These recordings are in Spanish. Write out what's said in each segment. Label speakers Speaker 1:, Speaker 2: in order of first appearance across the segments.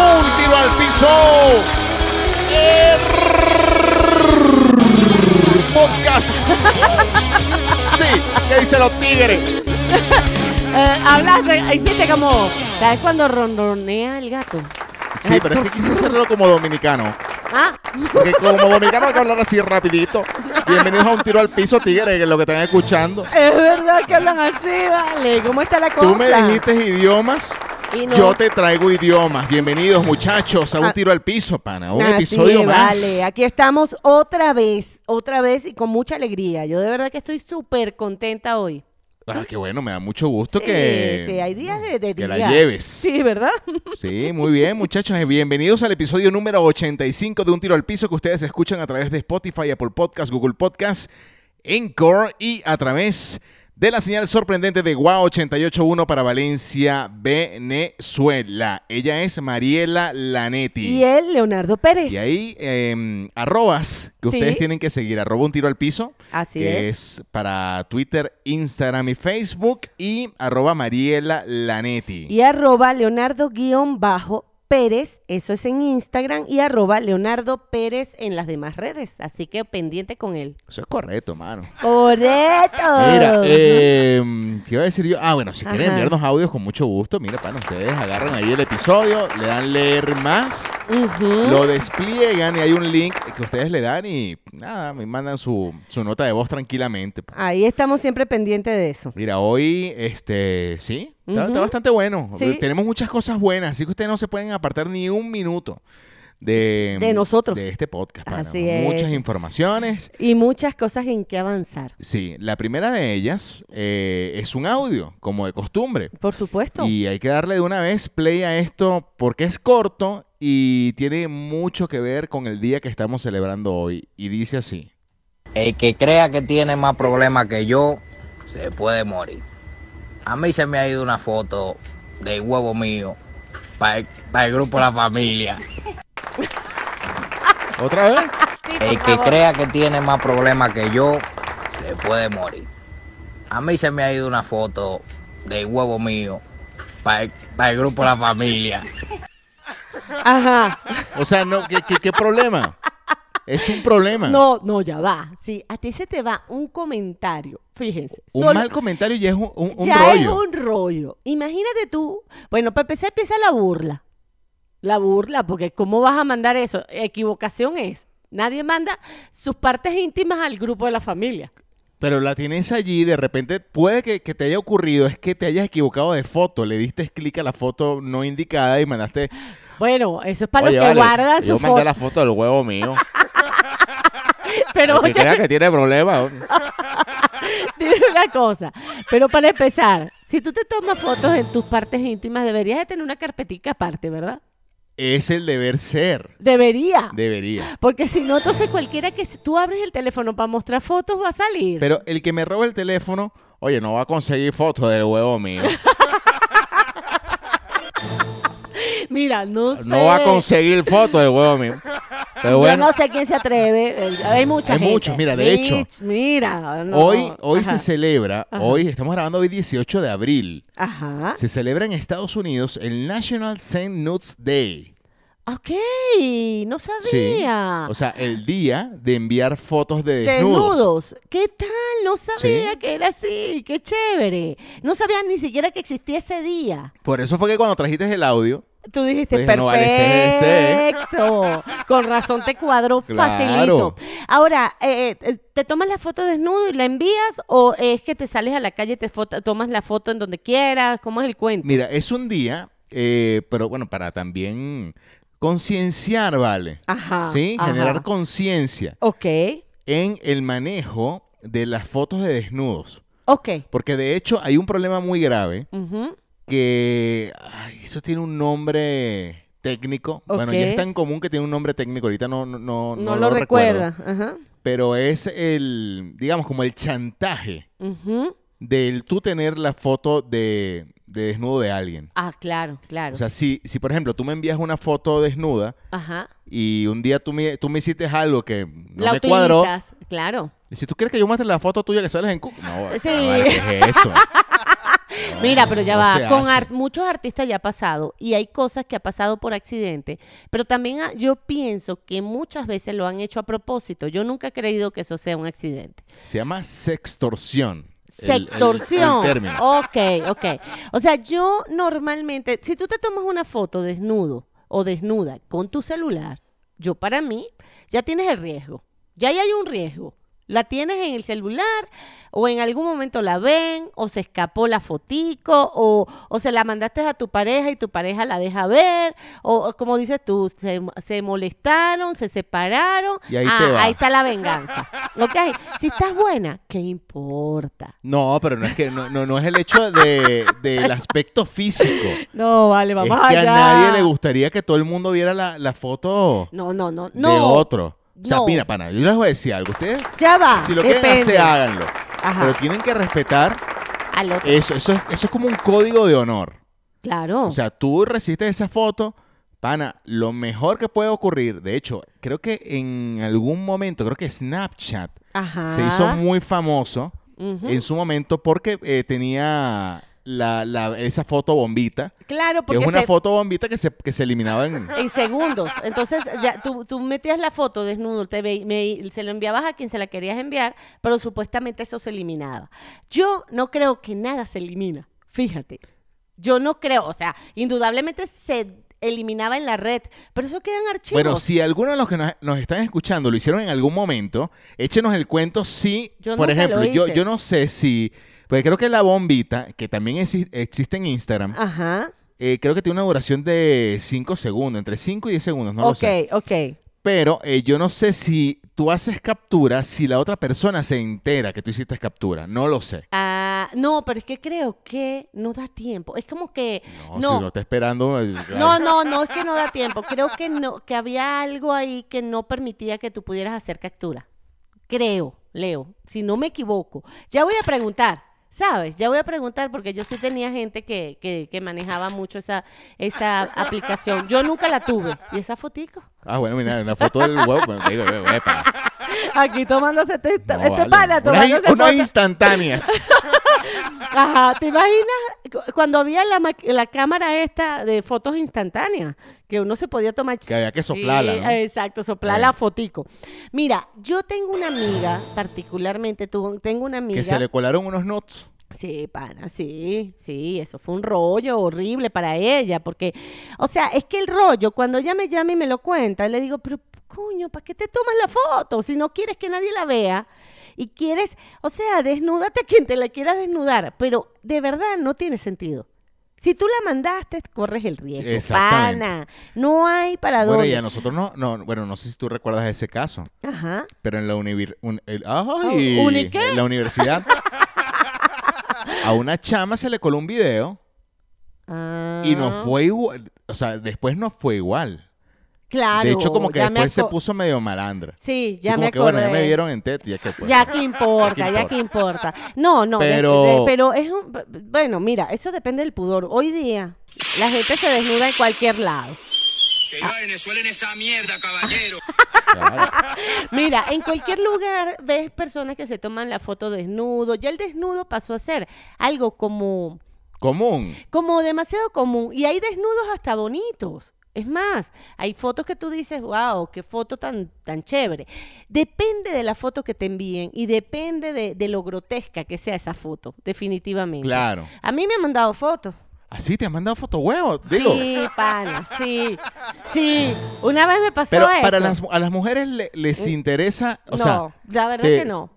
Speaker 1: al piso. Er- Podcast. Sí, ¿qué dicen los tigres?
Speaker 2: Eh, hablaste, hiciste como. ¿Sabes cuando rondonea el gato?
Speaker 1: Sí, pero es que quise hacerlo como dominicano.
Speaker 2: Ah,
Speaker 1: Porque como dominicano hay que hablar así rapidito. Bienvenidos a un tiro al piso, tigre, que es lo que están escuchando.
Speaker 2: es verdad que hablan así, vale. ¿Cómo está la cosa?
Speaker 1: Tú me dijiste idiomas,
Speaker 2: Y no.
Speaker 1: yo te traigo idiomas. Bienvenidos, muchachos, a un
Speaker 3: Ah.
Speaker 1: tiro al piso, pana. Un
Speaker 3: Así
Speaker 1: episodio
Speaker 3: es,
Speaker 1: más.
Speaker 3: Vale, aquí estamos otra vez, otra vez y con mucha alegría. Yo de verdad que estoy súper contenta hoy.
Speaker 1: Ah, qué bueno, me da mucho gusto
Speaker 3: Sí,
Speaker 1: que.
Speaker 3: sí, hay días de, de
Speaker 1: que la
Speaker 3: día.
Speaker 1: lleves.
Speaker 3: Sí, ¿verdad?
Speaker 1: Sí, muy bien, muchachos. eh, Bienvenidos al episodio número 85 de Un Tiro al Piso que ustedes escuchan a través de Spotify, Apple Podcast, Google Podcast, Encore y a través de la señal sorprendente de WA 881 para Valencia, Venezuela. Ella es Mariela
Speaker 3: Y
Speaker 1: Lanetti.
Speaker 3: él, Leonardo Pérez.
Speaker 1: Y ahí, eh, arrobas que
Speaker 3: Sí.
Speaker 1: ustedes tienen que seguir. Arroba un tiro al piso.
Speaker 3: Así
Speaker 1: que
Speaker 3: es.
Speaker 1: es. para Twitter, Instagram y Facebook. Y arroba Mariela Lanetti.
Speaker 3: Y arroba Leonardo guión bajo Pérez, eso es en Instagram, y arroba Leonardo Pérez en las demás redes. Así que pendiente con él.
Speaker 1: Eso es correcto, mano.
Speaker 3: Correcto.
Speaker 1: Mira, eh, ¿qué iba a decir yo? Ah, bueno, si quieren
Speaker 3: Ah. Ajá.
Speaker 1: enviarnos audios con mucho gusto, mira, para ustedes agarran ahí el episodio, le dan leer más,
Speaker 3: Ujú.
Speaker 1: lo despliegan y hay un link que ustedes le dan y nada, me mandan su, su nota de voz tranquilamente.
Speaker 3: Ahí estamos siempre pendiente de eso.
Speaker 1: Mira, hoy, este, sí, está, está
Speaker 3: Ujú.
Speaker 1: bastante bueno.
Speaker 3: Sí.
Speaker 1: Tenemos muchas cosas buenas, así que ustedes no se pueden apartar ni un minuto de,
Speaker 3: De nosotros.
Speaker 1: De este podcast. pana.
Speaker 3: Así es.
Speaker 1: Muchas informaciones.
Speaker 3: Y muchas cosas en que avanzar.
Speaker 1: Sí, la primera de ellas eh, es un audio, como de costumbre.
Speaker 3: Por supuesto.
Speaker 1: Y hay que darle de una vez play a esto porque es corto y tiene mucho que ver con el día que estamos celebrando hoy. Y dice así.
Speaker 4: El que crea que tiene más problemas que yo, se puede morir. A mí se me ha ido una foto del huevo mío para el, pa' el grupo La Familia.
Speaker 1: ¿Otra vez?
Speaker 3: Sí, por
Speaker 4: El que
Speaker 3: favor.
Speaker 4: crea que tiene más problemas que yo, se puede morir. A mí se me ha ido una foto del huevo mío para el, pa' el grupo La Familia.
Speaker 3: Ajá.
Speaker 1: O sea, no, ¿qué, qué, qué problema? Es un problema.
Speaker 3: No, no, ya va. Sí, a ti se te va un comentario. Fíjense.
Speaker 1: Un
Speaker 3: solo-
Speaker 1: mal comentario ya es un, un- un
Speaker 3: ya es
Speaker 1: rollo.
Speaker 3: un rollo. Imagínate tú. Bueno, para empezar empieza la burla. La burla, porque ¿cómo vas a mandar eso? Equivocación es. Nadie manda sus partes íntimas al grupo de la familia.
Speaker 1: Pero la tienes allí, de repente puede que, que te haya ocurrido, es que te hayas equivocado de foto, le diste clic a la foto no indicada y mandaste...
Speaker 3: Bueno, eso es para
Speaker 1: "Oye,
Speaker 3: los que
Speaker 1: vale,
Speaker 3: guardan
Speaker 1: yo
Speaker 3: su
Speaker 1: mandé
Speaker 3: foto.
Speaker 1: la foto del huevo mío.
Speaker 3: Pero
Speaker 1: El que
Speaker 3: oye,
Speaker 1: crea que tiene problemas.
Speaker 3: dime una cosa. Pero para empezar, si tú te tomas fotos en tus partes íntimas, deberías de tener una carpetica aparte, ¿verdad?
Speaker 1: Es el deber ser.
Speaker 3: Debería.
Speaker 1: Debería.
Speaker 3: Porque si no, entonces cualquiera que s- tú abres el teléfono para mostrar fotos va a salir.
Speaker 1: Pero el que me roba el teléfono, oye, no va a conseguir fotos del huevo mío.
Speaker 3: Mira, no sé.
Speaker 1: No va a conseguir fotos del huevo mío. Pero
Speaker 3: Yo
Speaker 1: bueno,
Speaker 3: no sé quién se atreve. eh, Hay mucha
Speaker 1: Hay
Speaker 3: gente.
Speaker 1: muchos, mira, de
Speaker 3: Mich,
Speaker 1: hecho.
Speaker 3: Mira. no.
Speaker 1: hoy, hoy
Speaker 3: Ajá,
Speaker 1: se celebra,
Speaker 3: Ajá.
Speaker 1: hoy estamos grabando hoy 18 de abril.
Speaker 3: Ajá.
Speaker 1: Se celebra en Estados Unidos el National Send Nudes Day.
Speaker 3: Ok, no sabía.
Speaker 1: Sí. O sea, el día de enviar fotos de desnudos.
Speaker 3: Desnudos. ¿Qué tal? No sabía
Speaker 1: Sí.
Speaker 3: que era así. Qué chévere. No sabía ni siquiera que existía ese día.
Speaker 1: Por eso fue que cuando trajiste el audio,
Speaker 3: Tú dijiste,
Speaker 1: Dije, Pues, no
Speaker 3: perfecto.
Speaker 1: vale, ese es ese".
Speaker 3: Con razón te cuadró
Speaker 1: Claro.
Speaker 3: facilito. Ahora, eh, eh, ¿te tomas la foto desnudo y la envías o es que te sales a la calle y te foto- tomas la foto en donde quieras? ¿Cómo es el cuento?
Speaker 1: mira, es un día, eh, pero bueno, para también concienciar, ¿vale?
Speaker 3: Ajá.
Speaker 1: ¿Sí?
Speaker 3: ajá.
Speaker 1: Generar conciencia
Speaker 3: Ok,
Speaker 1: en el manejo de las fotos de desnudos.
Speaker 3: ok.
Speaker 1: Porque de hecho hay un problema muy grave
Speaker 3: Ujú.
Speaker 1: que ay, eso tiene un nombre técnico. Bueno, ya
Speaker 3: Ok.
Speaker 1: es tan común que tiene un nombre técnico, ahorita no, no, no,
Speaker 3: No,
Speaker 1: no
Speaker 3: lo,
Speaker 1: recuerdo.
Speaker 3: recuerda. Ajá.
Speaker 1: Pero es el, digamos, como el chantaje
Speaker 3: Ujú.
Speaker 1: del tú tener la foto de, de desnudo de alguien.
Speaker 3: Ah, claro, claro.
Speaker 1: O sea, si, si por ejemplo tú me envías una foto desnuda
Speaker 3: Ajá.
Speaker 1: y un día tú me, tú me hiciste algo que no
Speaker 3: la
Speaker 1: me cuadró,
Speaker 3: utilizas. Claro.
Speaker 1: Y si tú quieres que yo muestre la foto tuya que sales en Cook. No,
Speaker 3: Sí.
Speaker 1: vale, ¿qué es eso?
Speaker 3: Mira, pero ya
Speaker 1: no se
Speaker 3: va. Con
Speaker 1: hace.
Speaker 3: ar- muchos artistas ya ha pasado y hay cosas que ha pasado por accidente, pero también ha- yo pienso que muchas veces lo han hecho a propósito. Yo nunca he creído que eso sea un accidente.
Speaker 1: Se llama sextorsión. El- el- el
Speaker 3: Sextorsión.
Speaker 1: término.
Speaker 3: ok, ok. O sea, yo normalmente, si tú te tomas una foto desnudo o desnuda con tu celular, yo para mí ya tienes el riesgo. Ya ahí hay un riesgo. La tienes en el celular o en algún momento la ven o se escapó la fotico o, o se la mandaste a tu pareja y tu pareja la deja ver o, o como dices tú, se, se molestaron, se separaron.
Speaker 1: Y ahí
Speaker 3: Ah,
Speaker 1: te va.
Speaker 3: ahí está la venganza. ¿Ok? Si estás buena, ¿qué importa?
Speaker 1: No, pero no es que no, no, no es el hecho de, del aspecto físico.
Speaker 2: No, vale,
Speaker 1: Es
Speaker 2: vamos
Speaker 1: que a
Speaker 2: allá.
Speaker 1: nadie le gustaría que todo el mundo viera la, la foto
Speaker 3: No, no, no,
Speaker 1: de
Speaker 3: no.
Speaker 1: otro. O sea,
Speaker 3: No.
Speaker 1: mira, pana, yo les voy a decir algo. Ustedes,
Speaker 3: Ya va.
Speaker 1: si lo quieren
Speaker 2: depende.
Speaker 1: hacer, háganlo.
Speaker 2: Ajá.
Speaker 1: Pero tienen que respetar
Speaker 3: Al otro.
Speaker 1: eso. Eso es, eso es como un código de honor.
Speaker 3: claro.
Speaker 1: eh, O sea, tú recibiste esa foto, pana, lo mejor que puede ocurrir. De hecho, creo que en algún momento, creo que Snapchat
Speaker 2: Ajá.
Speaker 1: se hizo muy famoso
Speaker 3: Ah. Ujú.
Speaker 1: en su momento porque eh, tenía la- la- esa foto bombita.
Speaker 3: claro,
Speaker 1: Que
Speaker 3: porque
Speaker 1: es una
Speaker 3: se-
Speaker 1: foto bombita que se, que se eliminaba en...
Speaker 3: en segundos. Entonces, ya tú, tú metías la foto desnudo, te ve- me- se lo enviabas a quien se la querías enviar, pero supuestamente eso se eliminaba. Yo no creo que nada se elimina. Fíjate. Yo no creo, o sea, indudablemente se eliminaba en la red, pero eso quedan archivos.
Speaker 1: Bueno, si alguno de los que nos, nos están escuchando lo hicieron en algún momento, échenos el cuento si,
Speaker 3: Yo
Speaker 1: por
Speaker 3: nunca
Speaker 1: ejemplo,
Speaker 3: lo
Speaker 1: yo,
Speaker 3: hice.
Speaker 1: yo no sé si, porque creo que la bombita, que también exi- existe en Instagram,
Speaker 3: Ajá.
Speaker 1: eh, creo que tiene una duración de 5 segundos, entre 5 y 10 segundos, no lo
Speaker 3: ok,
Speaker 1: sé.
Speaker 3: ok.
Speaker 1: Pero eh, yo no sé si tú haces captura, si la otra persona se entera que tú hiciste captura, no lo sé.
Speaker 3: Ah, no, pero es que creo que no da tiempo. Es como que
Speaker 1: No,
Speaker 3: no,
Speaker 1: si lo está esperando. eh,
Speaker 3: No, no, no es que no da tiempo. Creo que no, que había algo ahí que no permitía que tú pudieras hacer captura. Creo, Leo, si no me equivoco. Ya voy a preguntar, ¿sabes? Ya voy a preguntar porque yo sí tenía gente que, que, que manejaba mucho esa, esa aplicación. Yo nunca la tuve. ¿Y esa fotico?
Speaker 1: Ah, bueno, mira, una foto del huevo. bueno, digo, eh, epa,
Speaker 2: Aquí tomándose este,
Speaker 1: no
Speaker 2: este
Speaker 1: vale.
Speaker 2: pana,
Speaker 1: Unas in-
Speaker 2: tomándose
Speaker 1: unas
Speaker 2: fotos.
Speaker 1: instantáneas.
Speaker 3: Ajá, ¿te imaginas cu- cuando había la, ma- la cámara esta de fotos instantáneas? Que uno se podía tomar...
Speaker 1: Que había que soplarla, ¿no? Eh.
Speaker 3: Exacto, soplar
Speaker 1: Bueno.
Speaker 3: la fotico. Mira, yo tengo una amiga, particularmente tú, tengo una amiga...
Speaker 1: Que se le colaron unos nuts.
Speaker 3: Sí, pana, sí, sí, eso fue un rollo horrible para ella, porque, o sea, es que el rollo, cuando ella me llama y me lo cuenta, le digo, pero coño, ¿para qué te tomas la foto? Si no quieres que nadie la vea y quieres, o sea, desnúdate a quien te la quiera desnudar, pero de verdad no tiene sentido. Si tú la mandaste, corres el riesgo,
Speaker 1: Exactamente.
Speaker 3: pana. No hay para
Speaker 1: Bueno, y
Speaker 3: dónde.
Speaker 1: a nosotros no, no, bueno, no sé si tú recuerdas ese caso,
Speaker 3: Ajá.
Speaker 1: pero en la univir, un- el- ¡ay!
Speaker 3: Ah, ¿uni qué?
Speaker 1: en la universidad a una chama se le coló un video y no
Speaker 3: Ah,
Speaker 1: fue igual, o sea, después no fue igual.
Speaker 3: Claro.
Speaker 1: de hecho, como que
Speaker 3: ya me
Speaker 1: después se
Speaker 3: aco-
Speaker 1: puso medio malandra. Sí,
Speaker 3: Sí, ya
Speaker 1: como
Speaker 3: me
Speaker 1: que bueno, ya me
Speaker 3: acordé.
Speaker 1: vieron en teto, ya que pues.
Speaker 3: Ya que importa, ya que importa. No, no, de- de-
Speaker 1: Pero-
Speaker 3: pero, es un, bueno, mira, eso depende del pudor. Hoy día la gente se desnuda en cualquier lado.
Speaker 5: Que va a Venezuela en esa mierda, caballero.
Speaker 1: Claro.
Speaker 3: Mira, en cualquier lugar ves personas que se toman la foto desnudo. Ya el desnudo pasó a ser algo como
Speaker 1: Común.
Speaker 3: como demasiado común. Y hay desnudos hasta bonitos. Es más, hay fotos que tú dices, wow, qué foto tan, tan chévere. Depende de la foto que te envíen y depende de, de lo grotesca que sea esa foto, definitivamente.
Speaker 1: Claro.
Speaker 3: A mí me han mandado fotos.
Speaker 1: Así te han mandado fotohuevos, digo.
Speaker 3: Sí, pana, sí. Sí, una vez me pasó
Speaker 1: Pero
Speaker 3: eso. Mm.
Speaker 1: para las, a las mujeres le- les interesa, o
Speaker 3: no,
Speaker 1: sea,
Speaker 3: la verdad
Speaker 1: te-
Speaker 3: que no.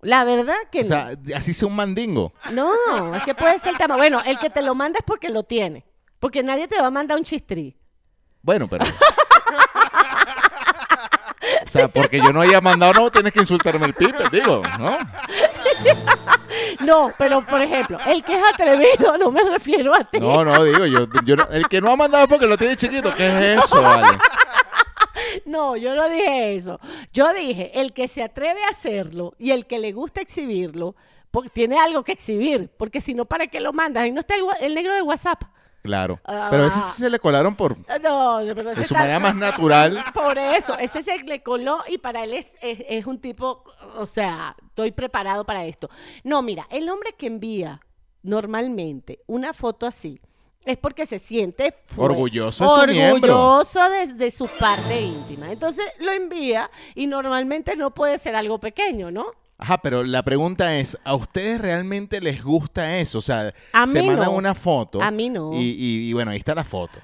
Speaker 3: La verdad que
Speaker 1: o sea, así sea un mandingo.
Speaker 3: no. No, es que puede ser tama- Bueno, el que te lo manda es porque lo tiene. Porque nadie te va a mandar un chistri.
Speaker 1: Bueno, pero. O sea, porque yo no haya mandado, no tienes que insultarme el pipe, digo, ¿no?
Speaker 3: No, pero por ejemplo, el que es atrevido, no me refiero a ti.
Speaker 1: No, no, digo, yo, yo no- el que no ha mandado porque lo tiene chiquito, ¿qué es eso, vale?
Speaker 3: No, yo no dije eso. Yo dije, el que se atreve a hacerlo y el que le gusta exhibirlo, porque tiene algo que exhibir, porque si no, ¿para qué lo mandas? Ahí no está el, gua- el negro de WhatsApp.
Speaker 1: Claro.
Speaker 3: Ah,
Speaker 1: Pero a veces sí se le colaron por
Speaker 3: No, pero
Speaker 1: de
Speaker 3: ese
Speaker 1: su
Speaker 3: Pues tal-
Speaker 1: manera más natural.
Speaker 3: Por eso, ese se le coló y para él es, es- es un tipo, o sea, estoy preparado para esto. No, mira, el hombre que envía normalmente una foto así es porque se siente fue-
Speaker 1: Orgulloso de su miembro.
Speaker 3: orgulloso de, de su parte íntima. Entonces lo envía y normalmente no puede ser algo pequeño, ¿no?
Speaker 1: Ajá, pero la pregunta es, ¿a ustedes realmente les gusta eso? O sea,
Speaker 3: A
Speaker 1: se
Speaker 3: mí
Speaker 1: mandan
Speaker 3: no.
Speaker 1: una foto.
Speaker 3: A mí no.
Speaker 1: Y, y- y bueno, ahí está la foto.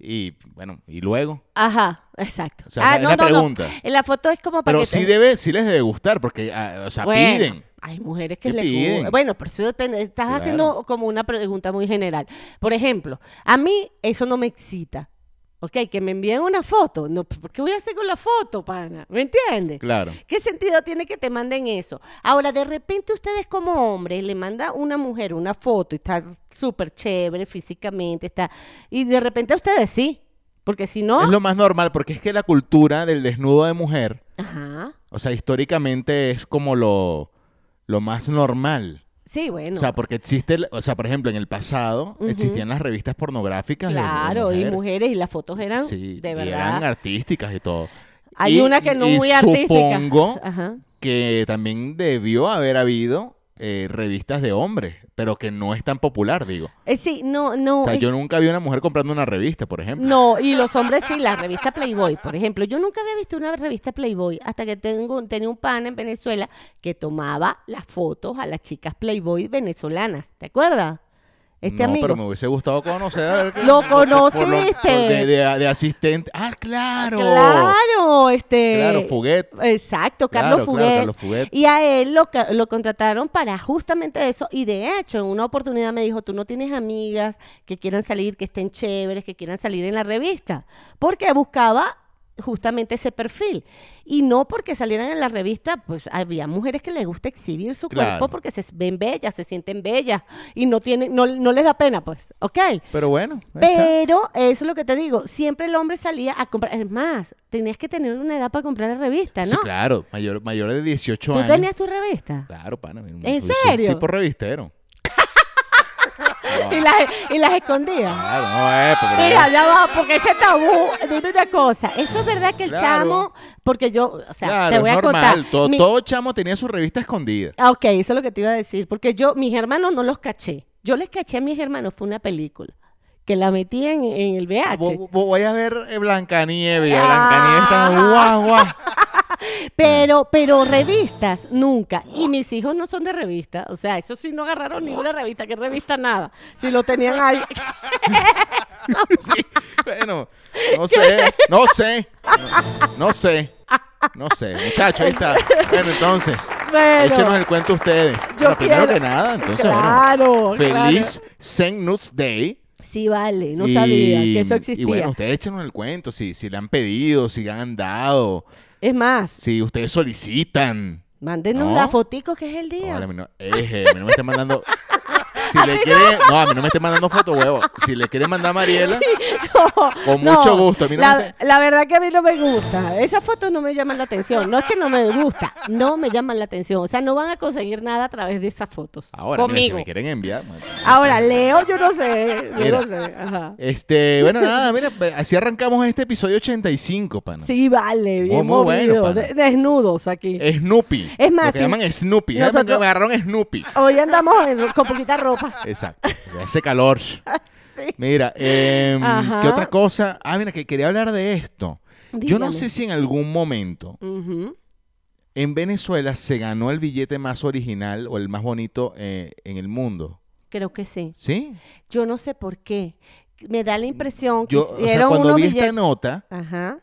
Speaker 1: Y bueno, y luego.
Speaker 3: Ajá, exacto. Ah,
Speaker 1: O sea, es la pregunta.
Speaker 3: En la foto es como para
Speaker 1: Pero
Speaker 3: que
Speaker 1: sí
Speaker 3: te-
Speaker 1: debe, sí les debe gustar, porque, ah, o sea,
Speaker 3: Bueno,
Speaker 1: piden.
Speaker 3: Hay mujeres que
Speaker 1: ¿Qué
Speaker 3: les
Speaker 1: piden?
Speaker 3: gusta. Bueno, pero eso depende. Estás
Speaker 1: Claro.
Speaker 3: haciendo como una pregunta muy general. Por ejemplo, a mí eso no me excita. Ok, que me envíen una foto. No, ¿Qué voy a hacer con la foto, pana? ¿Me entiendes?
Speaker 1: Claro.
Speaker 3: ¿Qué sentido tiene que te manden eso? Ahora, de repente ustedes como hombre le manda una mujer una foto y está súper chévere físicamente, está... Y de repente a ustedes sí, porque si no...
Speaker 1: Es lo más normal, porque es que la cultura del desnudo de mujer,
Speaker 3: Ajá.
Speaker 1: o sea, históricamente es como lo, lo más normal.
Speaker 3: Sí, bueno.
Speaker 1: O sea, porque existe, el- o sea, por ejemplo, en el pasado
Speaker 3: Ujú.
Speaker 1: existían las revistas pornográficas. de- de
Speaker 3: claro, y
Speaker 1: mujeres.
Speaker 3: mujeres y las fotos eran
Speaker 1: Sí,
Speaker 3: de
Speaker 1: y
Speaker 3: verdad.
Speaker 1: eran artísticas y todo.
Speaker 3: Hay
Speaker 1: Y-
Speaker 3: una que no
Speaker 1: y
Speaker 3: muy artística. Ah.
Speaker 1: Supongo
Speaker 3: Ajá.
Speaker 1: que también debió haber habido eh, revistas de hombres, pero que no es tan popular, digo.
Speaker 3: Eh, sí, no, no.
Speaker 1: O sea,
Speaker 3: es-
Speaker 1: yo nunca vi una mujer comprando una revista, por ejemplo.
Speaker 3: No, y los hombres sí, la revista Playboy, por ejemplo. Yo nunca había visto una revista Playboy hasta que tengo, tenía un pan en Venezuela que tomaba las fotos a las chicas Playboy venezolanas. ¿Te acuerdas? Este
Speaker 1: No,
Speaker 3: amigo.
Speaker 1: pero me hubiese gustado conocer. a ver qué-
Speaker 3: Lo
Speaker 1: por- por
Speaker 3: conociste.
Speaker 1: de, de- de asistente. ¡Ah, claro!
Speaker 3: Claro, este.
Speaker 1: Claro, Fuguet.
Speaker 3: Exacto,
Speaker 1: Claro,
Speaker 3: Carlos
Speaker 1: claro,
Speaker 3: Fuguet.
Speaker 1: Carlos Fuguet.
Speaker 3: Y a él lo, ca- lo contrataron para justamente eso. Y de hecho, en una oportunidad me dijo, tú no tienes amigas que quieran salir, que estén chéveres, que quieran salir en la revista. Porque buscaba justamente ese perfil. Y no porque salieran en la revista, pues había mujeres que les gusta exhibir su
Speaker 1: Claro.
Speaker 3: cuerpo porque se ven bellas, se sienten bellas y no, tienen, no, no les da pena, pues. ¿Ok?
Speaker 1: Pero bueno, ahí está.
Speaker 3: Pero eso es lo que te digo, siempre el hombre salía a comprar, es más, tenías que tener una edad para comprar la revista, ¿no?
Speaker 1: Sí, claro, mayor, mayor de 18
Speaker 3: ¿Tú
Speaker 1: años.
Speaker 3: tenías tu revista?
Speaker 1: Claro, pana. mira,
Speaker 3: ¿En
Speaker 1: soy- soy
Speaker 3: serio?
Speaker 1: Un tipo revistero.
Speaker 3: Y las, y las escondías.
Speaker 1: Claro, no, eh, pero-
Speaker 3: Mira, ya va, porque ese tabú, dime una cosa, eso es verdad que el
Speaker 1: Claro.
Speaker 3: chamo, porque yo, o sea,
Speaker 1: claro,
Speaker 3: te voy
Speaker 1: es
Speaker 3: a
Speaker 1: normal.
Speaker 3: contar.
Speaker 1: Todo,
Speaker 3: mi-
Speaker 1: todo chamo tenía su revista escondida.
Speaker 3: Ah, ok, eso es lo que te iba a decir, porque yo, mis hermanos no los caché, yo les caché a mis hermanos, fue una película, que la metí en, en el VH.
Speaker 1: Vo- vo- Voy a ver eh, Blancanieves. y a Blancanieves
Speaker 3: Ah.
Speaker 1: está guau, guau.
Speaker 3: Pero, pero revistas, nunca. Y mis hijos no son de revista. O sea, eso sí no agarraron ninguna revista, que revista nada. Si lo tenían ahí.
Speaker 1: Sí, Bueno, no sé, no sé, no, no sé, no sé, muchachos, ahí está. Bueno, entonces,
Speaker 3: Bueno.
Speaker 1: échenos el cuento ustedes.
Speaker 3: Yo
Speaker 1: Bueno, primero
Speaker 3: quiero-
Speaker 1: que nada, entonces,
Speaker 3: Claro,
Speaker 1: bueno, feliz St. Nudes Day.
Speaker 3: Sí, vale, no sabía que eso existía.
Speaker 1: Y bueno, ustedes échenos el cuento, si, si le han pedido, si han dado,
Speaker 3: es más,
Speaker 1: si ustedes solicitan.
Speaker 3: mándenos
Speaker 1: ¿No?
Speaker 3: la fotico que es el día.
Speaker 1: Ahora, a mí no, eje, a mí no me estén mandando. Si le quiere, no, a mí no me estén mandando foto, huevo. Si le quieren mandar a Mariela, con mucho gusto. A mí no me
Speaker 3: la,
Speaker 1: te-
Speaker 3: la verdad que a mí no me gusta. Esas fotos no me llaman la atención. No es que no me gusta, no me llaman la atención. O sea, no van a conseguir nada a través de esas fotos.
Speaker 1: Ahora, mira, si
Speaker 3: conmigo.
Speaker 1: me quieren enviar. man.
Speaker 3: Ahora, Leo, yo no sé. Yo
Speaker 1: Mira.
Speaker 3: no sé. Ajá.
Speaker 1: Este, bueno, nada, mira, así arrancamos este episodio 85, pana.
Speaker 3: Sí, vale, bien
Speaker 1: muy bueno,
Speaker 3: movido.
Speaker 1: pana. Eh,
Speaker 3: de- desnudos aquí.
Speaker 1: Snoopy.
Speaker 3: Es más,
Speaker 1: lo que
Speaker 3: sí.
Speaker 1: llaman Snoopy. Llaman
Speaker 3: Nosotros-
Speaker 1: que me agarraron Snoopy.
Speaker 3: Hoy andamos en ro- con poquita ropa.
Speaker 1: Exacto. Hace calor. Mira, em,
Speaker 3: Ah, Ajá.
Speaker 1: ¿qué otra cosa? Ah, mira, que quería hablar de esto. Yo no
Speaker 3: Dígame.
Speaker 1: sé si en algún momento
Speaker 3: Ujú.
Speaker 1: en Venezuela se ganó el billete más original o el más bonito eh, en el mundo.
Speaker 3: Creo que sí.
Speaker 1: ¿Sí?
Speaker 3: Yo no sé por qué. Me da la impresión que
Speaker 1: Mm, Yo, o sea,
Speaker 3: hicieron
Speaker 1: cuando
Speaker 3: unos
Speaker 1: vi esta
Speaker 3: billetes.
Speaker 1: nota,
Speaker 3: Ajá.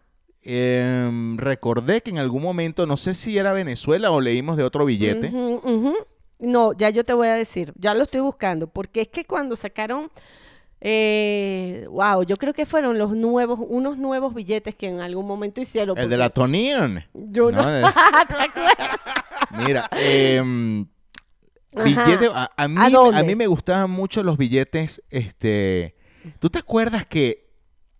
Speaker 1: em, recordé que en algún momento, no sé si era Venezuela o leímos de otro billete.
Speaker 3: Ujú, ujú. No, ya yo te voy a decir. Ya lo estoy buscando. Porque es que cuando sacaron. eh, wow, yo creo que fueron los nuevos, unos nuevos billetes que en algún momento hicieron.
Speaker 1: El de
Speaker 3: porque
Speaker 1: la Tonion.
Speaker 3: pues Yo no.
Speaker 1: No, de-
Speaker 3: ¿Te acuerdas?
Speaker 1: Mira, em, billete- a, a mí,
Speaker 3: ¿A dónde?
Speaker 1: a mí me gustaban mucho los billetes, este... ¿Tú te acuerdas que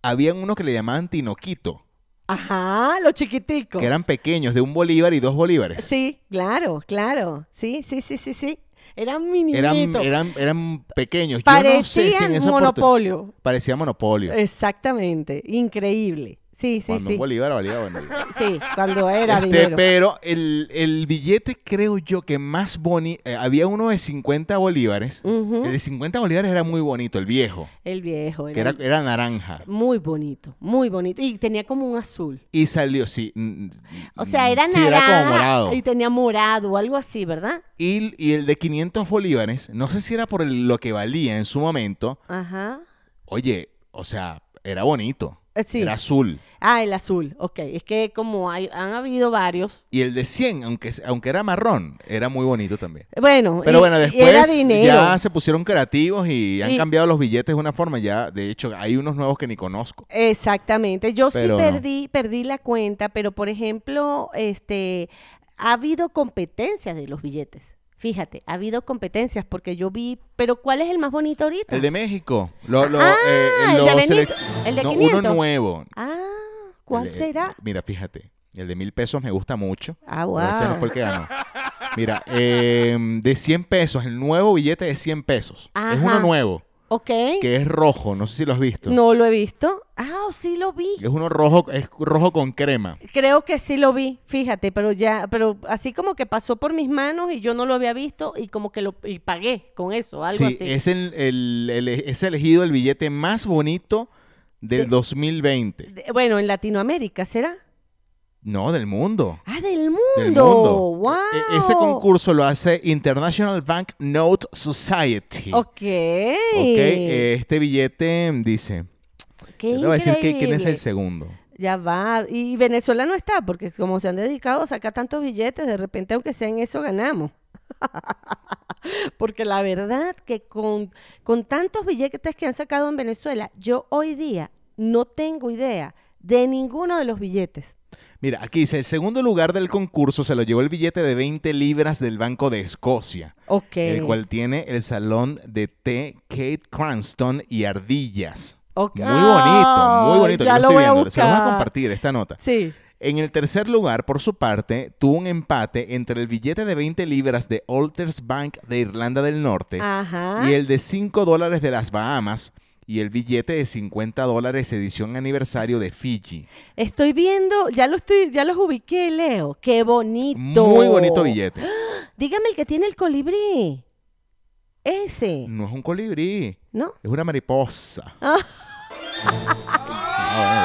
Speaker 1: habían uno que le llamaban Tinoquito?
Speaker 3: Ajá, los chiquiticos.
Speaker 1: Que eran pequeños, de un bolívar y dos bolívares.
Speaker 3: Sí, claro, claro. Sí, sí, sí, sí, sí. Eran mini
Speaker 1: Eran, eran, eran pequeños. Yo no sé si en
Speaker 3: Parecían
Speaker 1: esa oportu-
Speaker 3: monopolio.
Speaker 1: Parecía monopolio.
Speaker 3: Exactamente. Increíble. Sí, sí,
Speaker 1: Cuando
Speaker 3: sí.
Speaker 1: un bolívar valía Bolívar.
Speaker 3: Sí, cuando era
Speaker 1: Este,
Speaker 3: dinero.
Speaker 1: pero el, el billete creo yo que más bonito, había uno de 50 bolívares.
Speaker 3: Ujú.
Speaker 1: El de 50 bolívares era muy bonito, el viejo,
Speaker 3: El viejo.
Speaker 1: que era, era naranja.
Speaker 3: Muy bonito, muy bonito. Y tenía como un azul.
Speaker 1: Y salió, sí. mm,
Speaker 3: O sea, era
Speaker 1: sí,
Speaker 3: naranja
Speaker 1: como morado.
Speaker 3: y tenía morado o algo así, ¿verdad?
Speaker 1: Y, y el de 500 bolívares, no sé si era por el- lo que valía en su momento.
Speaker 3: Ajá.
Speaker 1: Oye, o sea, era bonito.
Speaker 3: Eh, sí.
Speaker 1: Era azul.
Speaker 3: Ah, el azul. Ok, es que como hay, han habido varios.
Speaker 1: Y el de 100, aunque, aunque era marrón, era muy bonito también.
Speaker 3: Bueno,
Speaker 1: Pero
Speaker 3: y-
Speaker 1: bueno,
Speaker 3: y era
Speaker 1: después
Speaker 3: dinero.
Speaker 1: ya se pusieron creativos y han
Speaker 3: Y-
Speaker 1: cambiado los billetes de una forma. Ya, de hecho, hay unos nuevos que ni conozco.
Speaker 3: Exactamente. Yo
Speaker 1: Pero
Speaker 3: sí
Speaker 1: no.
Speaker 3: perdí, perdí la cuenta, pero por ejemplo, este, ha habido competencias de los billetes. Fíjate, ha habido competencias porque yo vi, pero ¿cuál es el más bonito ahorita?
Speaker 1: El de México. Lo, lo,
Speaker 3: Ah,
Speaker 1: eh,
Speaker 3: el de
Speaker 1: lo
Speaker 3: Benito,
Speaker 1: selec-
Speaker 3: el de
Speaker 1: no,
Speaker 3: 500.
Speaker 1: uno nuevo.
Speaker 3: Ah, ¿cuál
Speaker 1: El de-
Speaker 3: será?
Speaker 1: Mira, fíjate. El de mil pesos me gusta mucho.
Speaker 3: Ah,
Speaker 1: pero Ese no
Speaker 3: wow.
Speaker 1: fue el que ganó. Mira, eh, de 100 pesos, el nuevo billete de 100 pesos. Es
Speaker 3: Ajá.
Speaker 1: uno nuevo,
Speaker 3: Ok.
Speaker 1: que es rojo. No sé si lo has visto.
Speaker 3: No lo he visto. Ah, sí lo vi.
Speaker 1: Es uno rojo, es rojo con crema.
Speaker 3: Creo que sí lo vi, fíjate, pero ya, pero así como que pasó por mis manos y yo no lo había visto y como que lo y pagué con eso, algo
Speaker 1: sí,
Speaker 3: así.
Speaker 1: es, el, el- el- es elegido el billete más bonito del 2020.
Speaker 3: De- Bueno, en Latinoamérica, ¿será?
Speaker 1: No, del mundo.
Speaker 3: Ah, del mundo.
Speaker 1: Del mundo.
Speaker 3: ¡Wow!
Speaker 1: E- ese concurso lo hace International Bank Note Society.
Speaker 3: Ok.
Speaker 1: Ok, eh, este billete mm, dice.
Speaker 3: Qué
Speaker 1: Yo te voy a decir que- quién es
Speaker 3: increíble.
Speaker 1: el segundo.
Speaker 3: Ya va. Y Venezuela no está, porque como se han dedicado a sacar tantos billetes, de repente, aunque sea en eso, ganamos. porque la verdad que con, con tantos billetes que han sacado en Venezuela, yo hoy día no tengo idea de ninguno de los billetes.
Speaker 1: Mira, aquí dice: el segundo lugar del concurso se lo llevó el billete de 20 libras del Banco de Escocia,
Speaker 3: Ok.
Speaker 1: el cual tiene el salón de té Kate Cranston y Ardillas.
Speaker 3: Ok.
Speaker 1: Muy bonito, muy bonito. Yo
Speaker 3: Ya
Speaker 1: lo
Speaker 3: lo
Speaker 1: estoy
Speaker 3: voy a
Speaker 1: viendo. Se lo vamos a
Speaker 3: buscar.
Speaker 1: compartir esta nota.
Speaker 3: Sí.
Speaker 1: En el tercer lugar, por su parte, tuvo un empate entre el billete de 20 libras de Alters Bank de Irlanda del Norte
Speaker 3: Ah. Ajá.
Speaker 1: y el de 5 dólares de las Bahamas y el billete de 50 dólares edición aniversario de Fiji.
Speaker 3: Estoy viendo, ya lo estoy, ya los ubiqué, Leo. Qué bonito.
Speaker 1: Muy bonito billete.
Speaker 3: Dígame el que tiene el colibrí. Ese,
Speaker 1: No es un colibrí,
Speaker 3: ¿no?
Speaker 1: es una mariposa. Ah,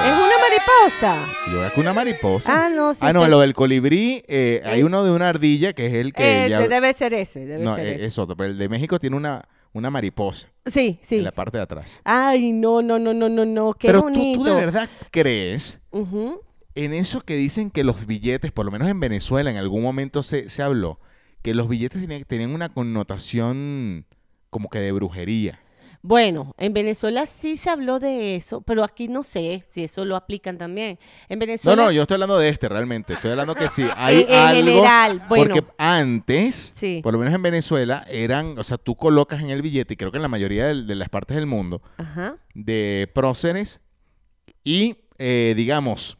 Speaker 3: Es una mariposa.
Speaker 1: Yo veo que una mariposa.
Speaker 3: Ah, no, sí,
Speaker 1: Ah, no,
Speaker 3: está-
Speaker 1: lo del colibrí, eh, hay uno de una ardilla que es el que
Speaker 3: Eh,
Speaker 1: ya-
Speaker 3: de- Debe ser ese, debe
Speaker 1: No,
Speaker 3: ser
Speaker 1: eh,
Speaker 3: ese.
Speaker 1: es otro, pero el de México tiene una, una mariposa
Speaker 3: Sí, sí.
Speaker 1: en la parte de atrás.
Speaker 3: Ay, no, no, no, no, no, no. Qué
Speaker 1: Pero tú-
Speaker 3: bonito.
Speaker 1: ¿tú, de verdad crees
Speaker 3: Ujú.
Speaker 1: en eso que dicen que los billetes, por lo menos en Venezuela, en algún momento se, se habló, que los billetes tenían, tenían una connotación como que de brujería.
Speaker 3: Bueno, en Venezuela sí se habló de eso, pero aquí no sé si eso lo aplican también. En
Speaker 1: No,
Speaker 3: Venezuela.
Speaker 1: no, yo estoy hablando de este realmente. Estoy hablando que sí, hay
Speaker 3: En- en
Speaker 1: algo.
Speaker 3: general, bueno.
Speaker 1: Porque antes,
Speaker 3: Sí.
Speaker 1: por lo menos en Venezuela, eran, o sea, tú colocas en el billete, y creo que en la mayoría del- de, las partes del mundo,
Speaker 3: Ajá.
Speaker 1: de próceres y, eh, digamos,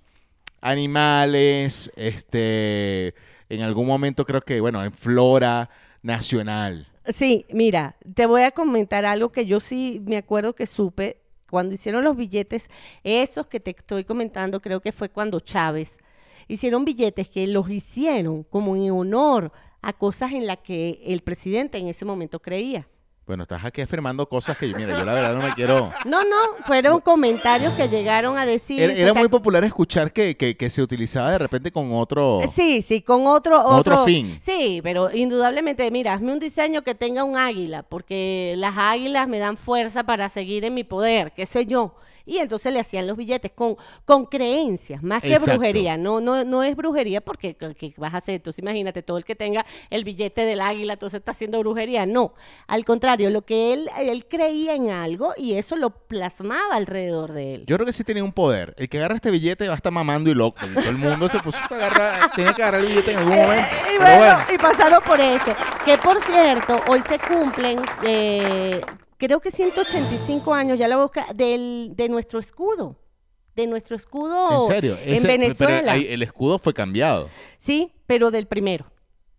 Speaker 1: animales, este, en algún momento creo que, bueno, en flora nacional.
Speaker 3: Sí, mira, te voy a comentar algo que yo sí me acuerdo que supe cuando hicieron los billetes, esos que te estoy comentando, creo que fue cuando Chávez, hicieron billetes que los hicieron como en honor a cosas en las que el presidente en ese momento creía.
Speaker 1: Bueno, estás aquí afirmando cosas que, mira, yo la verdad no me quiero...
Speaker 3: No, no, fueron comentarios que llegaron a decir.
Speaker 1: Era, era
Speaker 3: o sea,
Speaker 1: muy popular escuchar que, que- que se utilizaba de repente con otro...
Speaker 3: Sí, sí, con otro,
Speaker 1: Con otro
Speaker 3: otro
Speaker 1: fin.
Speaker 3: Sí, pero indudablemente, mira, hazme un diseño que tenga un águila, porque las águilas me dan fuerza para seguir en mi poder, qué sé yo. Y entonces le hacían los billetes con, con creencias, más que
Speaker 1: Exacto.
Speaker 3: brujería. No, no, no es brujería porque ¿qué- qué vas a hacer. Entonces imagínate, todo el que tenga el billete del águila, entonces está haciendo brujería. No, al contrario, lo que él, él creía en algo y eso lo plasmaba alrededor de él.
Speaker 1: Yo creo que sí tenía un poder. El que agarra este billete va a estar mamando y loco. Y todo el mundo se puso a agarrar, tenía que agarrar el billete en algún momento.
Speaker 3: Eh, Y
Speaker 1: Pero
Speaker 3: bueno,
Speaker 1: bueno.
Speaker 3: y pasaron por eso. Que por cierto, hoy se cumplen, eh, creo que 185 años, ya la busca, del, de nuestro escudo. De nuestro escudo
Speaker 1: En serio,
Speaker 3: en
Speaker 1: ese- pero
Speaker 3: Venezuela.
Speaker 1: ahí el escudo fue cambiado.
Speaker 3: Sí, pero del primero.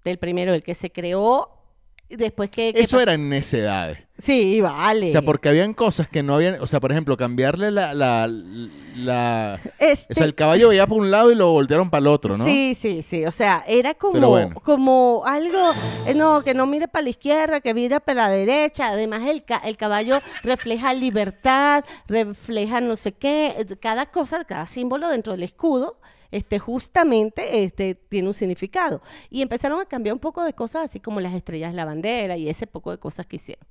Speaker 3: Del primero, el que se creó después que... que
Speaker 1: Eso
Speaker 3: pas-
Speaker 1: eran necedades.
Speaker 3: Sí, vale.
Speaker 1: O sea, porque habían cosas que no habían. O sea, por ejemplo, cambiarle la. la, la-
Speaker 3: Este-
Speaker 1: O sea, el caballo veía por un lado y lo voltearon para el otro, ¿no?
Speaker 3: Sí, sí, sí. O sea, era como,
Speaker 1: Pero bueno.
Speaker 3: como algo, eh, no, que no mire para la izquierda, que mire para la derecha. Además, el, ca- el caballo refleja libertad, refleja no sé qué. eh, Cada cosa, cada símbolo dentro del escudo, este, justamente este, tiene un significado. Y empezaron a cambiar un poco de cosas, así como las estrellas de la bandera y ese poco de cosas que hicieron.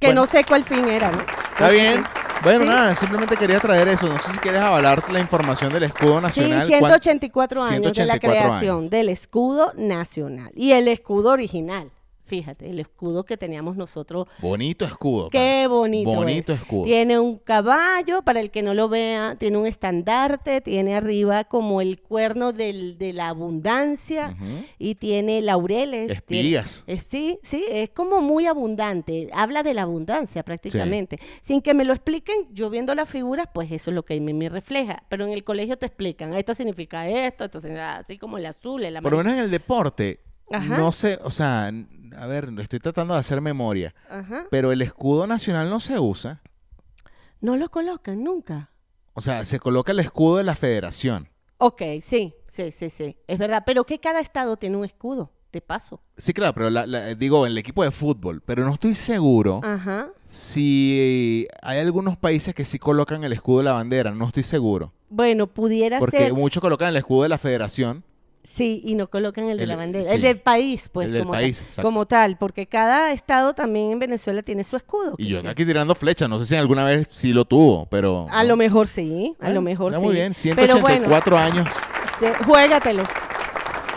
Speaker 3: Que
Speaker 1: Bueno.
Speaker 3: no sé cuál fin era, ¿no?
Speaker 1: Está bien. Bueno,
Speaker 3: Sí.
Speaker 1: nada, simplemente quería traer eso. No sé si quieres avalar la información del escudo
Speaker 3: Sí,
Speaker 1: nacional. ¿Cuán-
Speaker 3: 184 años de la
Speaker 1: 184 años.
Speaker 3: creación del escudo nacional y el escudo original. Fíjate, el escudo que teníamos nosotros.
Speaker 1: Bonito escudo.
Speaker 3: Qué
Speaker 1: pana.
Speaker 3: bonito.
Speaker 1: Bonito
Speaker 3: es.
Speaker 1: escudo.
Speaker 3: Tiene un caballo, para el que no lo vea, tiene un estandarte, tiene arriba como el cuerno del- de la abundancia
Speaker 1: Ujú.
Speaker 3: y tiene laureles.
Speaker 1: Espigas.
Speaker 3: tiene- eh, sí, sí, es como muy abundante. Habla de la abundancia prácticamente. Sin que me lo expliquen, yo viendo las figuras, pues eso es lo que a mí me refleja. Pero en el colegio te explican, "Ah, esto significa esto, esto significa Ah, así como el azul, el
Speaker 1: Por lo
Speaker 3: amarillo.
Speaker 1: menos en el deporte,
Speaker 3: Ajá.
Speaker 1: no sé, o sea, n- a ver, estoy tratando de hacer memoria,
Speaker 3: Ajá.
Speaker 1: pero el escudo nacional no se usa.
Speaker 3: No lo colocan nunca.
Speaker 1: O sea, se coloca el escudo de la federación.
Speaker 3: Ok, sí, sí, sí, sí. Es verdad. Pero que cada estado tiene un escudo, te paso.
Speaker 1: Sí, claro, pero la- la- digo, el equipo de fútbol, pero no estoy seguro
Speaker 3: Ajá.
Speaker 1: si hay algunos países que sí colocan el escudo de la bandera, no estoy seguro.
Speaker 3: Bueno, pudiera
Speaker 1: Porque
Speaker 3: ser.
Speaker 1: muchos colocan el escudo de la federación.
Speaker 3: Sí, y no colocan el, de
Speaker 1: El-
Speaker 3: la bandera.
Speaker 1: sí.
Speaker 3: El del país, pues.
Speaker 1: El del
Speaker 3: como
Speaker 1: país,
Speaker 3: tal,
Speaker 1: exacto.
Speaker 3: como tal, porque cada estado también en Venezuela tiene su escudo.
Speaker 1: Y
Speaker 3: que-
Speaker 1: yo aquí tirando flechas, no sé si alguna vez sí lo tuvo, pero...
Speaker 3: A lo mejor sí, a
Speaker 1: Bueno,
Speaker 3: lo mejor
Speaker 1: está
Speaker 3: sí.
Speaker 1: Muy bien,
Speaker 3: Pero bueno,
Speaker 1: 184 años
Speaker 3: te- juégatelo.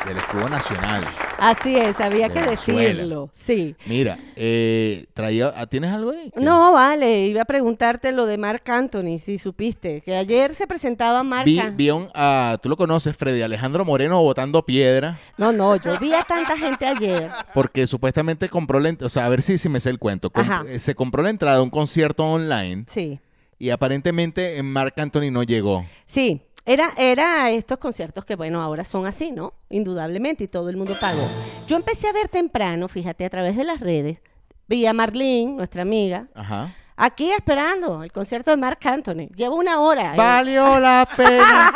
Speaker 1: del escudo nacional.
Speaker 3: Así es, había que
Speaker 1: Venezuela.
Speaker 3: decirlo. Sí.
Speaker 1: Mira, eh, traía, ah, ¿tienes algo ahí? Que
Speaker 3: No, vale, iba a preguntarte lo de Marc Anthony, si supiste, que ayer se presentaba Marc
Speaker 1: Vi,
Speaker 3: An-
Speaker 1: vi a un, a- tú lo conoces, Freddy Alejandro Moreno botando piedra
Speaker 3: No, no, yo vi a tanta gente ayer.
Speaker 1: porque supuestamente compró la, ent- o sea, a ver si, si me sé el cuento. Com-
Speaker 3: Ajá.
Speaker 1: eh, se compró la entrada a un concierto online
Speaker 3: Sí.
Speaker 1: y aparentemente eh, Marc Anthony no llegó.
Speaker 3: Sí, era, era estos conciertos que, bueno, ahora son así, ¿no? Indudablemente, y todo el mundo pagó. Yo empecé a ver temprano, fíjate, a través de las redes. Vi a Marlene, nuestra amiga,
Speaker 1: Ajá.
Speaker 3: aquí esperando el concierto de Marc Anthony. Llevo una hora. eh.
Speaker 1: Valió la pena.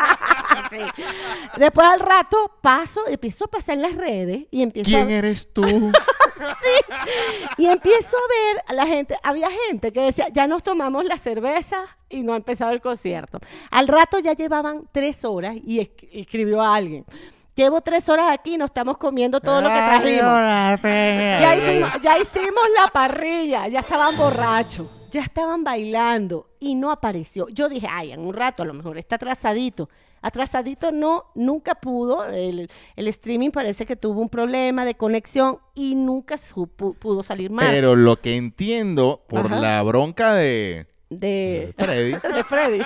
Speaker 3: Sí. Después al rato paso, empiezo a pasar en las redes y empiezo,
Speaker 1: ¿Quién
Speaker 3: a,
Speaker 1: eres tú?
Speaker 3: y empiezo a ver a la gente. Había gente que decía, ya nos tomamos la cerveza y no ha empezado el concierto. Al rato ya llevaban tres horas y es- escribió a alguien. Llevo tres horas aquí y nos estamos comiendo todo lo que trajimos.
Speaker 1: la pena.
Speaker 3: Ya hicimos, ya hicimos la parrilla, ya estaban borrachos, ya estaban bailando y no apareció. Yo dije, ay, en un rato a lo mejor está atrasadito. Atrasadito no, nunca pudo. El, el streaming parece que tuvo un problema de conexión y nunca supo- pudo salir mal
Speaker 1: Pero lo que entiendo por
Speaker 3: Ajá.
Speaker 1: la bronca de, de
Speaker 3: de,
Speaker 1: Freddy,
Speaker 3: de Freddy.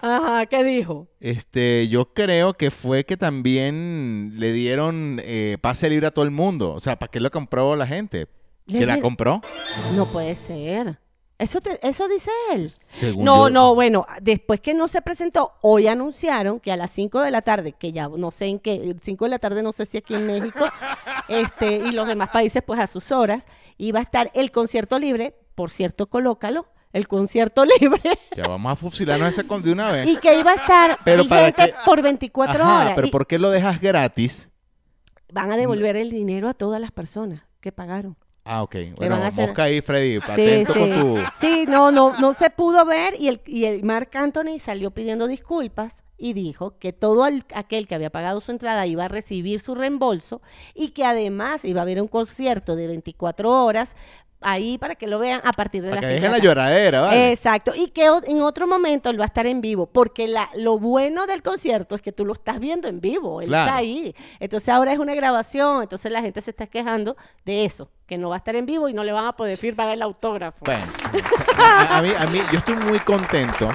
Speaker 3: Ajá, ¿qué dijo?
Speaker 1: Este, yo creo que fue que también le dieron eh, pase libre a todo el mundo. O sea, ¿para qué lo compró la gente?
Speaker 3: Le
Speaker 1: ¿Que la
Speaker 3: di-
Speaker 1: compró?
Speaker 3: No puede ser. Eso, te- eso dice él.
Speaker 1: Según
Speaker 3: No,
Speaker 1: yo. ah.
Speaker 3: no, bueno, después que no se presentó, hoy anunciaron que a las 5 de la tarde, que ya no sé en qué, 5 de la tarde no sé si aquí en México, este, y los demás países pues a sus horas, iba a estar el concierto libre, por cierto, colócalo, el concierto libre,
Speaker 1: Ya vamos a fusilarnos ese con de una vez.
Speaker 3: y que iba a estar
Speaker 1: Pero para
Speaker 3: vigente
Speaker 1: que-
Speaker 3: por 24
Speaker 1: Ajá,
Speaker 3: horas.
Speaker 1: pero
Speaker 3: y
Speaker 1: ¿por qué lo dejas gratis?
Speaker 3: Van a devolver el dinero a todas las personas que pagaron.
Speaker 1: Ah, ok. Bueno,
Speaker 3: van a hacer-
Speaker 1: mosca ahí, Freddy. Atento con tu...
Speaker 3: Sí, no, no, no se pudo ver y el, y el Mark Anthony salió pidiendo disculpas y dijo que todo al- aquel que había pagado su entrada iba a recibir su reembolso y que además iba a haber un concierto de 24 horas ahí para que lo vean a partir de
Speaker 1: Para
Speaker 3: las
Speaker 1: que
Speaker 3: cinco de
Speaker 1: dejen la
Speaker 3: tarde.
Speaker 1: lloradera, ¿vale?
Speaker 3: Exacto, y que o- en otro momento él va a estar en vivo, porque la, lo bueno del concierto es que tú lo estás viendo en vivo, él
Speaker 1: Claro.
Speaker 3: está ahí. Entonces ahora es una grabación, entonces la gente se está quejando de eso, que no va a estar en vivo y no le van a poder firmar el autógrafo.
Speaker 1: Bueno, o sea, a, a mí, a mí, yo estoy muy contento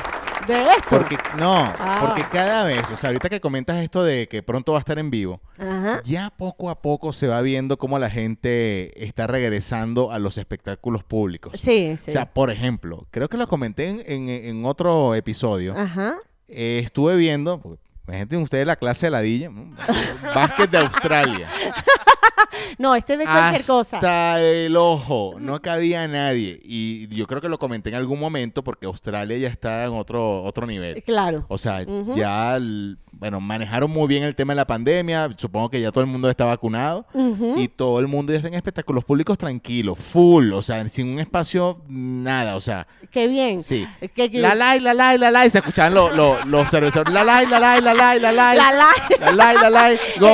Speaker 3: De eso.
Speaker 1: porque, no,
Speaker 3: Ah.
Speaker 1: porque cada vez, o sea, ahorita que comentas esto de que pronto va a estar en vivo,
Speaker 3: Ajá.
Speaker 1: Ya poco a poco se va viendo cómo la gente está regresando a los espectáculos públicos.
Speaker 3: Sí, sí.
Speaker 1: O sea, por ejemplo, creo que lo comenté en, en- en otro episodio.
Speaker 3: Ajá.
Speaker 1: Eh, estuve viendo, porque, imagínense ustedes la clase de ladilla, ¿no? básquet de Australia.
Speaker 3: No, este ve cualquier cosa.
Speaker 1: Hasta el ojo, no cabía nadie. Y yo creo que lo comenté en algún momento porque Australia ya está en otro, otro nivel.
Speaker 3: Claro.
Speaker 1: O sea, ya, el- bueno, manejaron muy bien el tema de la pandemia. Supongo que ya todo el mundo está vacunado. Y todo el mundo ya está en espectáculos públicos tranquilos, full. O sea, sin un espacio, nada. O sea,
Speaker 3: Qué bien.
Speaker 1: sí.
Speaker 3: Que- que-
Speaker 1: La la y la la y la la. Y se escuchaban lo- lo- los cerveceros. La la y la la y la la y la la. y-
Speaker 3: La la.
Speaker 1: La la la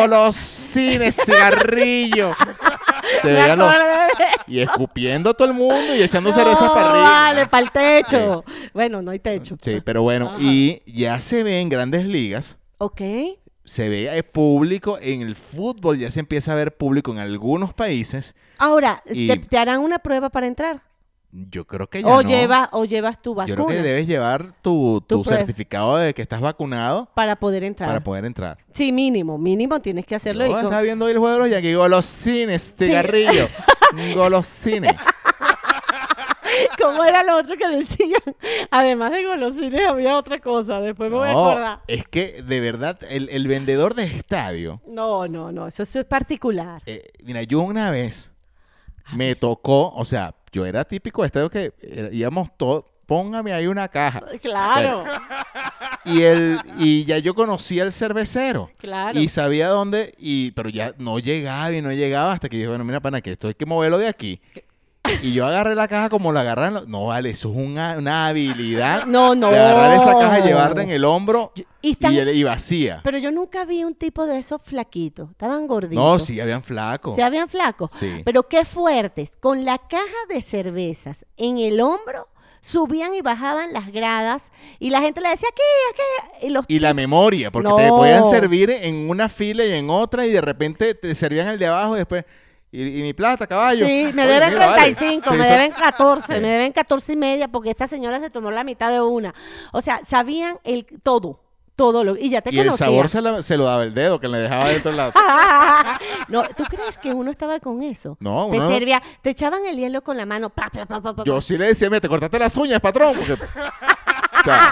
Speaker 1: la. Golosines, cigarrillo. Se
Speaker 3: Me
Speaker 1: veían los-
Speaker 3: acordé de-
Speaker 1: Y escupiendo a todo el mundo y echando
Speaker 3: No,
Speaker 1: cervezas para arriba.
Speaker 3: Vale, para el techo. Bueno, no hay techo.
Speaker 1: Sí, pero bueno, y ya se ve en grandes ligas,
Speaker 3: Ok.
Speaker 1: se ve el público en el fútbol, ya se empieza a ver público en algunos países.
Speaker 3: Ahora,
Speaker 1: Y-
Speaker 3: te, te harán una prueba para entrar?
Speaker 1: Yo creo que ya
Speaker 3: ¿O,
Speaker 1: no.
Speaker 3: lleva, ¿O llevas tu
Speaker 1: Yo
Speaker 3: vacuna
Speaker 1: creo que debes llevar tu,
Speaker 3: Tu
Speaker 1: tu
Speaker 3: prueba.
Speaker 1: certificado de que estás vacunado
Speaker 3: para poder entrar?
Speaker 1: para poder entrar.
Speaker 3: Sí, mínimo, mínimo tienes que hacerlo. y
Speaker 1: Yo
Speaker 3: con-
Speaker 1: estaba viendo hoy el juego de los Yankees, golosines, cigarrillo, golosines.
Speaker 3: ¿Cómo era lo otro que decían? Además de golosines había otra cosa, después me voy a acordar.
Speaker 1: No, es que de verdad, el, el vendedor de estadio.
Speaker 3: No, no, no, eso, eso es particular.
Speaker 1: eh, mira, yo una vez me tocó, o sea, yo era típico de estadio que era- íbamos todos, póngame ahí una caja.
Speaker 3: Claro,
Speaker 1: Y el, y ya yo conocía al cervecero.
Speaker 3: Claro.
Speaker 1: Y sabía dónde, y, pero ya no llegaba y no llegaba hasta que dije, bueno, mira, pana, que esto hay que moverlo de aquí. Y yo agarré la caja como la agarran. los- No, vale, eso es una, una habilidad.
Speaker 3: No, no.
Speaker 1: De agarrar esa caja y llevarla en el hombro
Speaker 3: y
Speaker 1: y,
Speaker 3: están-
Speaker 1: el- y vacía.
Speaker 3: pero yo nunca vi un tipo de esos flaquitos, estaban gorditos.
Speaker 1: No, sí, habían flacos.
Speaker 3: Se habían flacos,
Speaker 1: Sí.
Speaker 3: pero qué fuertes. Con la caja de cervezas en el hombro, subían y bajaban las gradas y la gente le decía, aquí, aquí. Y los
Speaker 1: Y la memoria, porque te
Speaker 3: No.
Speaker 1: podían servir en una fila y en otra, y de repente te servían el de abajo y después. Y, y mi plata, caballo.
Speaker 3: Sí, me
Speaker 1: Oye,
Speaker 3: deben
Speaker 1: mira, vale.
Speaker 3: 35,
Speaker 1: Sí,
Speaker 3: me
Speaker 1: eso-
Speaker 3: deben 14,
Speaker 1: Sí.
Speaker 3: me deben 14 y media porque esta señora se tomó la mitad de una. O sea, sabían el todo, todo lo y ya te
Speaker 1: Y el
Speaker 3: conocían.
Speaker 1: sabor se, la- se lo daba el dedo que le dejaba dentro del lado.
Speaker 3: No, ¿tú crees que uno estaba con eso?
Speaker 1: No,
Speaker 3: te
Speaker 1: uno no.
Speaker 3: servía, te echaban el hielo con la mano. pa, pa, pa, pa, pa,
Speaker 1: Yo
Speaker 3: pa.
Speaker 1: sí le decía, mira, te cortaste las uñas, patrón. porque- O sea,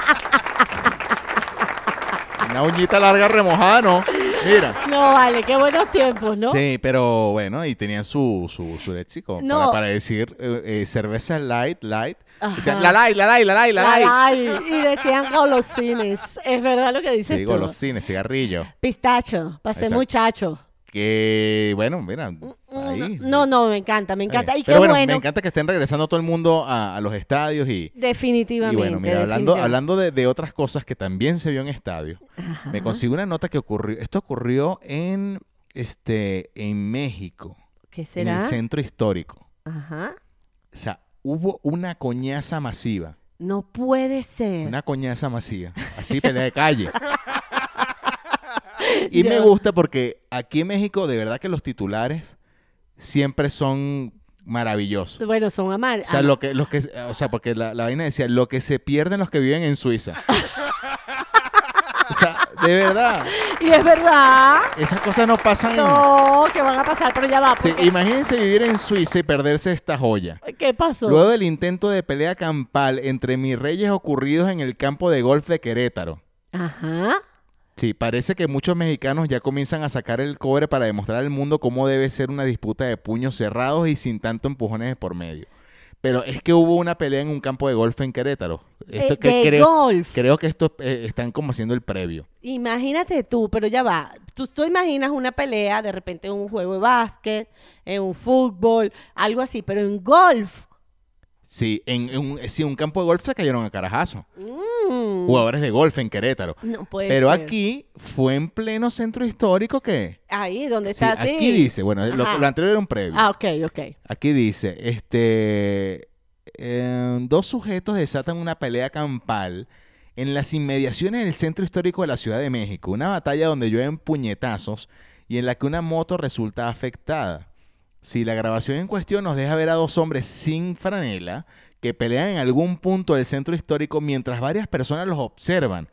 Speaker 1: una uñita larga remojada, ¿no? Mira.
Speaker 3: No, vale, qué buenos tiempos, ¿no?
Speaker 1: Sí, pero bueno, y tenían su, su, su léxico
Speaker 3: No.
Speaker 1: para, para decir eh, eh, cerveza light, light.
Speaker 3: Ajá.
Speaker 1: Decían, la light, la light, la light, la
Speaker 3: La
Speaker 1: light.
Speaker 3: light. Y decían golosines. Es verdad lo que dices
Speaker 1: Sí,
Speaker 3: tú.
Speaker 1: golosines, cigarrillo.
Speaker 3: Pistacho, pasé
Speaker 1: Exacto.
Speaker 3: muchacho.
Speaker 1: Que bueno, mira, ahí.
Speaker 3: Mm, No, no, me encanta, me
Speaker 1: Está
Speaker 3: encanta.
Speaker 1: bien.
Speaker 3: Y
Speaker 1: Pero
Speaker 3: qué
Speaker 1: bueno,
Speaker 3: bueno.
Speaker 1: me encanta que estén regresando todo el mundo a, a los estadios y, y
Speaker 3: Definitivamente.
Speaker 1: bueno, mira, hablando,
Speaker 3: definitivamente.
Speaker 1: hablando de, de otras cosas que también se vio en estadio, me consigo una nota que ocurrió, esto ocurrió en, este, en México,
Speaker 3: ¿Qué
Speaker 1: en
Speaker 3: será?
Speaker 1: el centro histórico.
Speaker 3: Ajá.
Speaker 1: O sea, hubo una coñaza masiva,
Speaker 3: No puede ser.
Speaker 1: una coñaza masiva, así pelea de calle. Y me
Speaker 3: Ya.
Speaker 1: gusta porque aquí en México de verdad que los titulares siempre son maravillosos.
Speaker 3: Bueno, son amar.
Speaker 1: O sea, lo que, los que, o sea, porque la, la vaina decía, lo que se pierden los que viven en Suiza. o sea, de verdad,
Speaker 3: Y es verdad.
Speaker 1: esas cosas no pasan.
Speaker 3: No, que van a pasar, pero ya va.
Speaker 1: Sí,
Speaker 3: porque-
Speaker 1: imagínense vivir en Suiza y perderse esta joya.
Speaker 3: ¿Qué pasó?
Speaker 1: Luego del intento de pelea campal entre mis reyes ocurridos en el campo de golf de Querétaro.
Speaker 3: Ajá.
Speaker 1: Sí, parece que muchos mexicanos ya comienzan a sacar el cobre para demostrar al mundo cómo debe ser una disputa de puños cerrados y sin tanto empujones de por medio. Pero es que hubo una pelea en un campo de golf en Querétaro.
Speaker 3: De- Eh, de golf.
Speaker 1: Creo que esto eh, están como haciendo el previo.
Speaker 3: Imagínate tú, pero ya va. Tú, tú imaginas una pelea, de repente en un juego de básquet, en un fútbol, algo así, pero en golf.
Speaker 1: Sí, en, en un, sí, un campo de golf se cayeron a carajazo.
Speaker 3: Mm,
Speaker 1: Jugadores de golf en Querétaro.
Speaker 3: no puede
Speaker 1: Pero
Speaker 3: ser.
Speaker 1: aquí fue en pleno centro histórico que...
Speaker 3: Ahí, donde
Speaker 1: Sí,
Speaker 3: está así.
Speaker 1: aquí dice, bueno, lo,
Speaker 3: Ajá.
Speaker 1: lo anterior era un previo.
Speaker 3: Ah, ok, ok.
Speaker 1: Aquí dice, este, eh, dos sujetos desatan una pelea campal en las inmediaciones del centro histórico de la Ciudad de México, una batalla donde llueven puñetazos y en la que una moto resulta afectada. Si la grabación en cuestión nos deja ver a dos hombres sin franela que pelean en algún punto del centro histórico mientras varias personas los observan.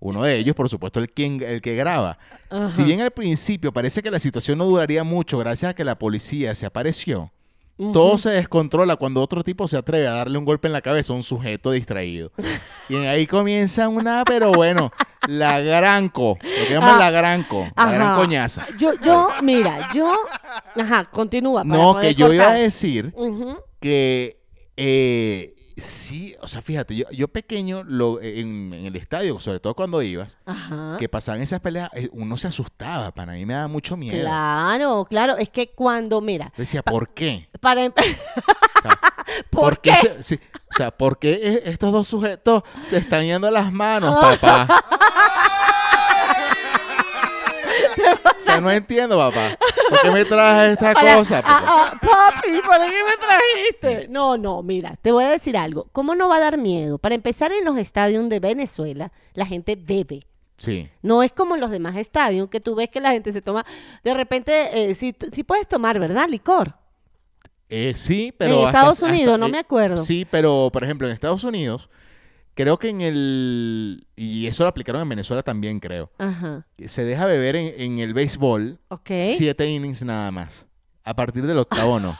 Speaker 1: Uno de ellos, por supuesto, el, quien, el que graba. Si bien al principio parece que la situación no duraría mucho gracias a que la policía se apareció, todo se descontrola cuando otro tipo se atreve a darle un golpe en la cabeza a un sujeto distraído. y ahí comienza una, pero bueno, la granco, lo que llaman
Speaker 3: Ah,
Speaker 1: la granco, la gran
Speaker 3: Ajá.
Speaker 1: coñaza.
Speaker 3: Yo, yo, mira, yo Ajá, continúa. para
Speaker 1: No,
Speaker 3: poder
Speaker 1: que yo iba a
Speaker 3: cortar.
Speaker 1: decir
Speaker 3: Ujú.
Speaker 1: que eh, sí, o sea, fíjate, yo, yo pequeño, lo, en, en el estadio, sobre todo cuando ibas,
Speaker 3: Ajá.
Speaker 1: que pasaban esas peleas, eh, uno se asustaba, para mí me daba mucho miedo.
Speaker 3: Claro, claro. Es que cuando, mira,
Speaker 1: Yo Decía, ¿por qué?
Speaker 3: para em-
Speaker 1: O sea,
Speaker 3: ¿Por
Speaker 1: qué?
Speaker 3: qué?
Speaker 1: se- sí, o sea, ¿por qué e- estos dos sujetos se están yendo las manos,
Speaker 3: Ah.
Speaker 1: papá? o sea, no entiendo, papá. ¿Por qué me traes esta
Speaker 3: Para-
Speaker 1: cosa? papá?
Speaker 3: Ah, ah, papi, ¿para qué me trajiste? No, no, mira, te voy a decir algo. ¿Cómo no va a dar miedo? Para empezar, en los estadios de Venezuela, la gente bebe.
Speaker 1: Sí.
Speaker 3: No es como en los demás estadios, que tú ves que la gente se toma. De repente, eh, sí, sí puedes tomar, ¿verdad? Licor.
Speaker 1: Eh, sí, pero...
Speaker 3: En
Speaker 1: hasta-
Speaker 3: Estados
Speaker 1: hasta-
Speaker 3: Unidos, no
Speaker 1: eh,
Speaker 3: me acuerdo.
Speaker 1: Sí, pero, por ejemplo, en Estados Unidos, creo que en el... Y eso lo aplicaron en Venezuela también, creo.
Speaker 3: Ajá.
Speaker 1: Se deja beber en, en el béisbol
Speaker 3: Ok.
Speaker 1: siete innings nada más. A partir del octavo, no.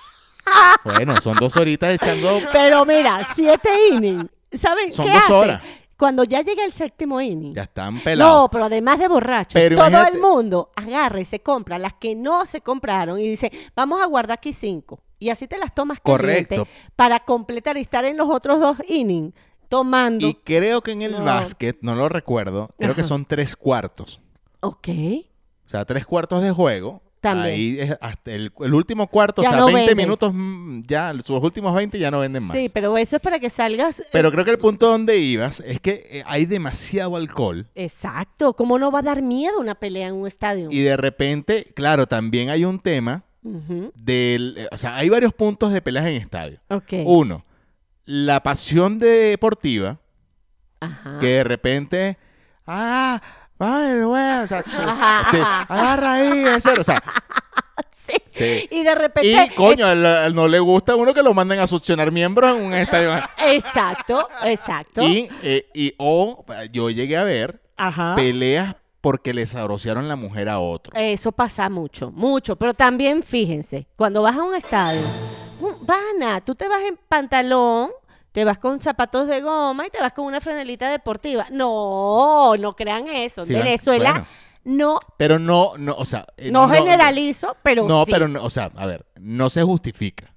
Speaker 1: bueno, son dos horitas echando...
Speaker 3: Pero mira, siete innings. ¿Saben
Speaker 1: Son
Speaker 3: qué
Speaker 1: dos
Speaker 3: hace?
Speaker 1: horas.
Speaker 3: Cuando ya llega el séptimo inning.
Speaker 1: Ya están pelados.
Speaker 3: No, pero además de borracho,
Speaker 1: Pero
Speaker 3: todo
Speaker 1: imagínate-
Speaker 3: el mundo agarra y se compra las que no se compraron y dice, vamos a guardar aquí cinco. Y así te las tomas
Speaker 1: Correcto.
Speaker 3: caliente para completar y estar en los otros dos innings tomando.
Speaker 1: Y creo que en el
Speaker 3: No.
Speaker 1: básquet, no lo recuerdo, creo que
Speaker 3: Ajá.
Speaker 1: son tres cuartos.
Speaker 3: Ok.
Speaker 1: O sea, tres cuartos de juego.
Speaker 3: También.
Speaker 1: Ahí es hasta el, el último cuarto,
Speaker 3: Ya
Speaker 1: o sea,
Speaker 3: no
Speaker 1: 20
Speaker 3: venden.
Speaker 1: minutos, mm, ya, sus últimos 20 ya no venden más.
Speaker 3: Sí, pero eso es para que salgas. eh,
Speaker 1: Pero creo que el punto donde ibas es que eh, hay demasiado alcohol
Speaker 3: Exacto. ¿Cómo no va a dar miedo una pelea en un estadio?
Speaker 1: y de repente, claro, también hay un tema
Speaker 3: Ujú.
Speaker 1: del... eh, O sea, hay varios puntos de peleas en estadio.
Speaker 3: Ok.
Speaker 1: Uno, la pasión de deportiva,
Speaker 3: Ajá.
Speaker 1: que de repente... ¡Ah! ¡Vale, güey! O sea,
Speaker 3: Ah,
Speaker 1: sí, agarra ahí, ese, o sea... sí.
Speaker 3: Y de repente.
Speaker 1: Y coño, al- al no le gusta a uno que lo manden a succionar miembros en un estadio.
Speaker 3: Exacto, exacto.
Speaker 1: Y, eh, y o yo llegué a ver
Speaker 3: Ajá.
Speaker 1: peleas porque le sabrosearon la mujer a otro.
Speaker 3: Eso pasa mucho, mucho. Pero también fíjense, cuando vas a un estadio, mm, Vana, tú te vas en pantalón, te vas con zapatos de goma y te vas con una franelita deportiva. No, no crean eso. En
Speaker 1: Sí, van-
Speaker 3: Venezuela
Speaker 1: bueno.
Speaker 3: no,
Speaker 1: Pero no, no, o sea. eh,
Speaker 3: no, generalizo, pero
Speaker 1: No,
Speaker 3: sí.
Speaker 1: pero, no, o sea, a ver, no se justifica.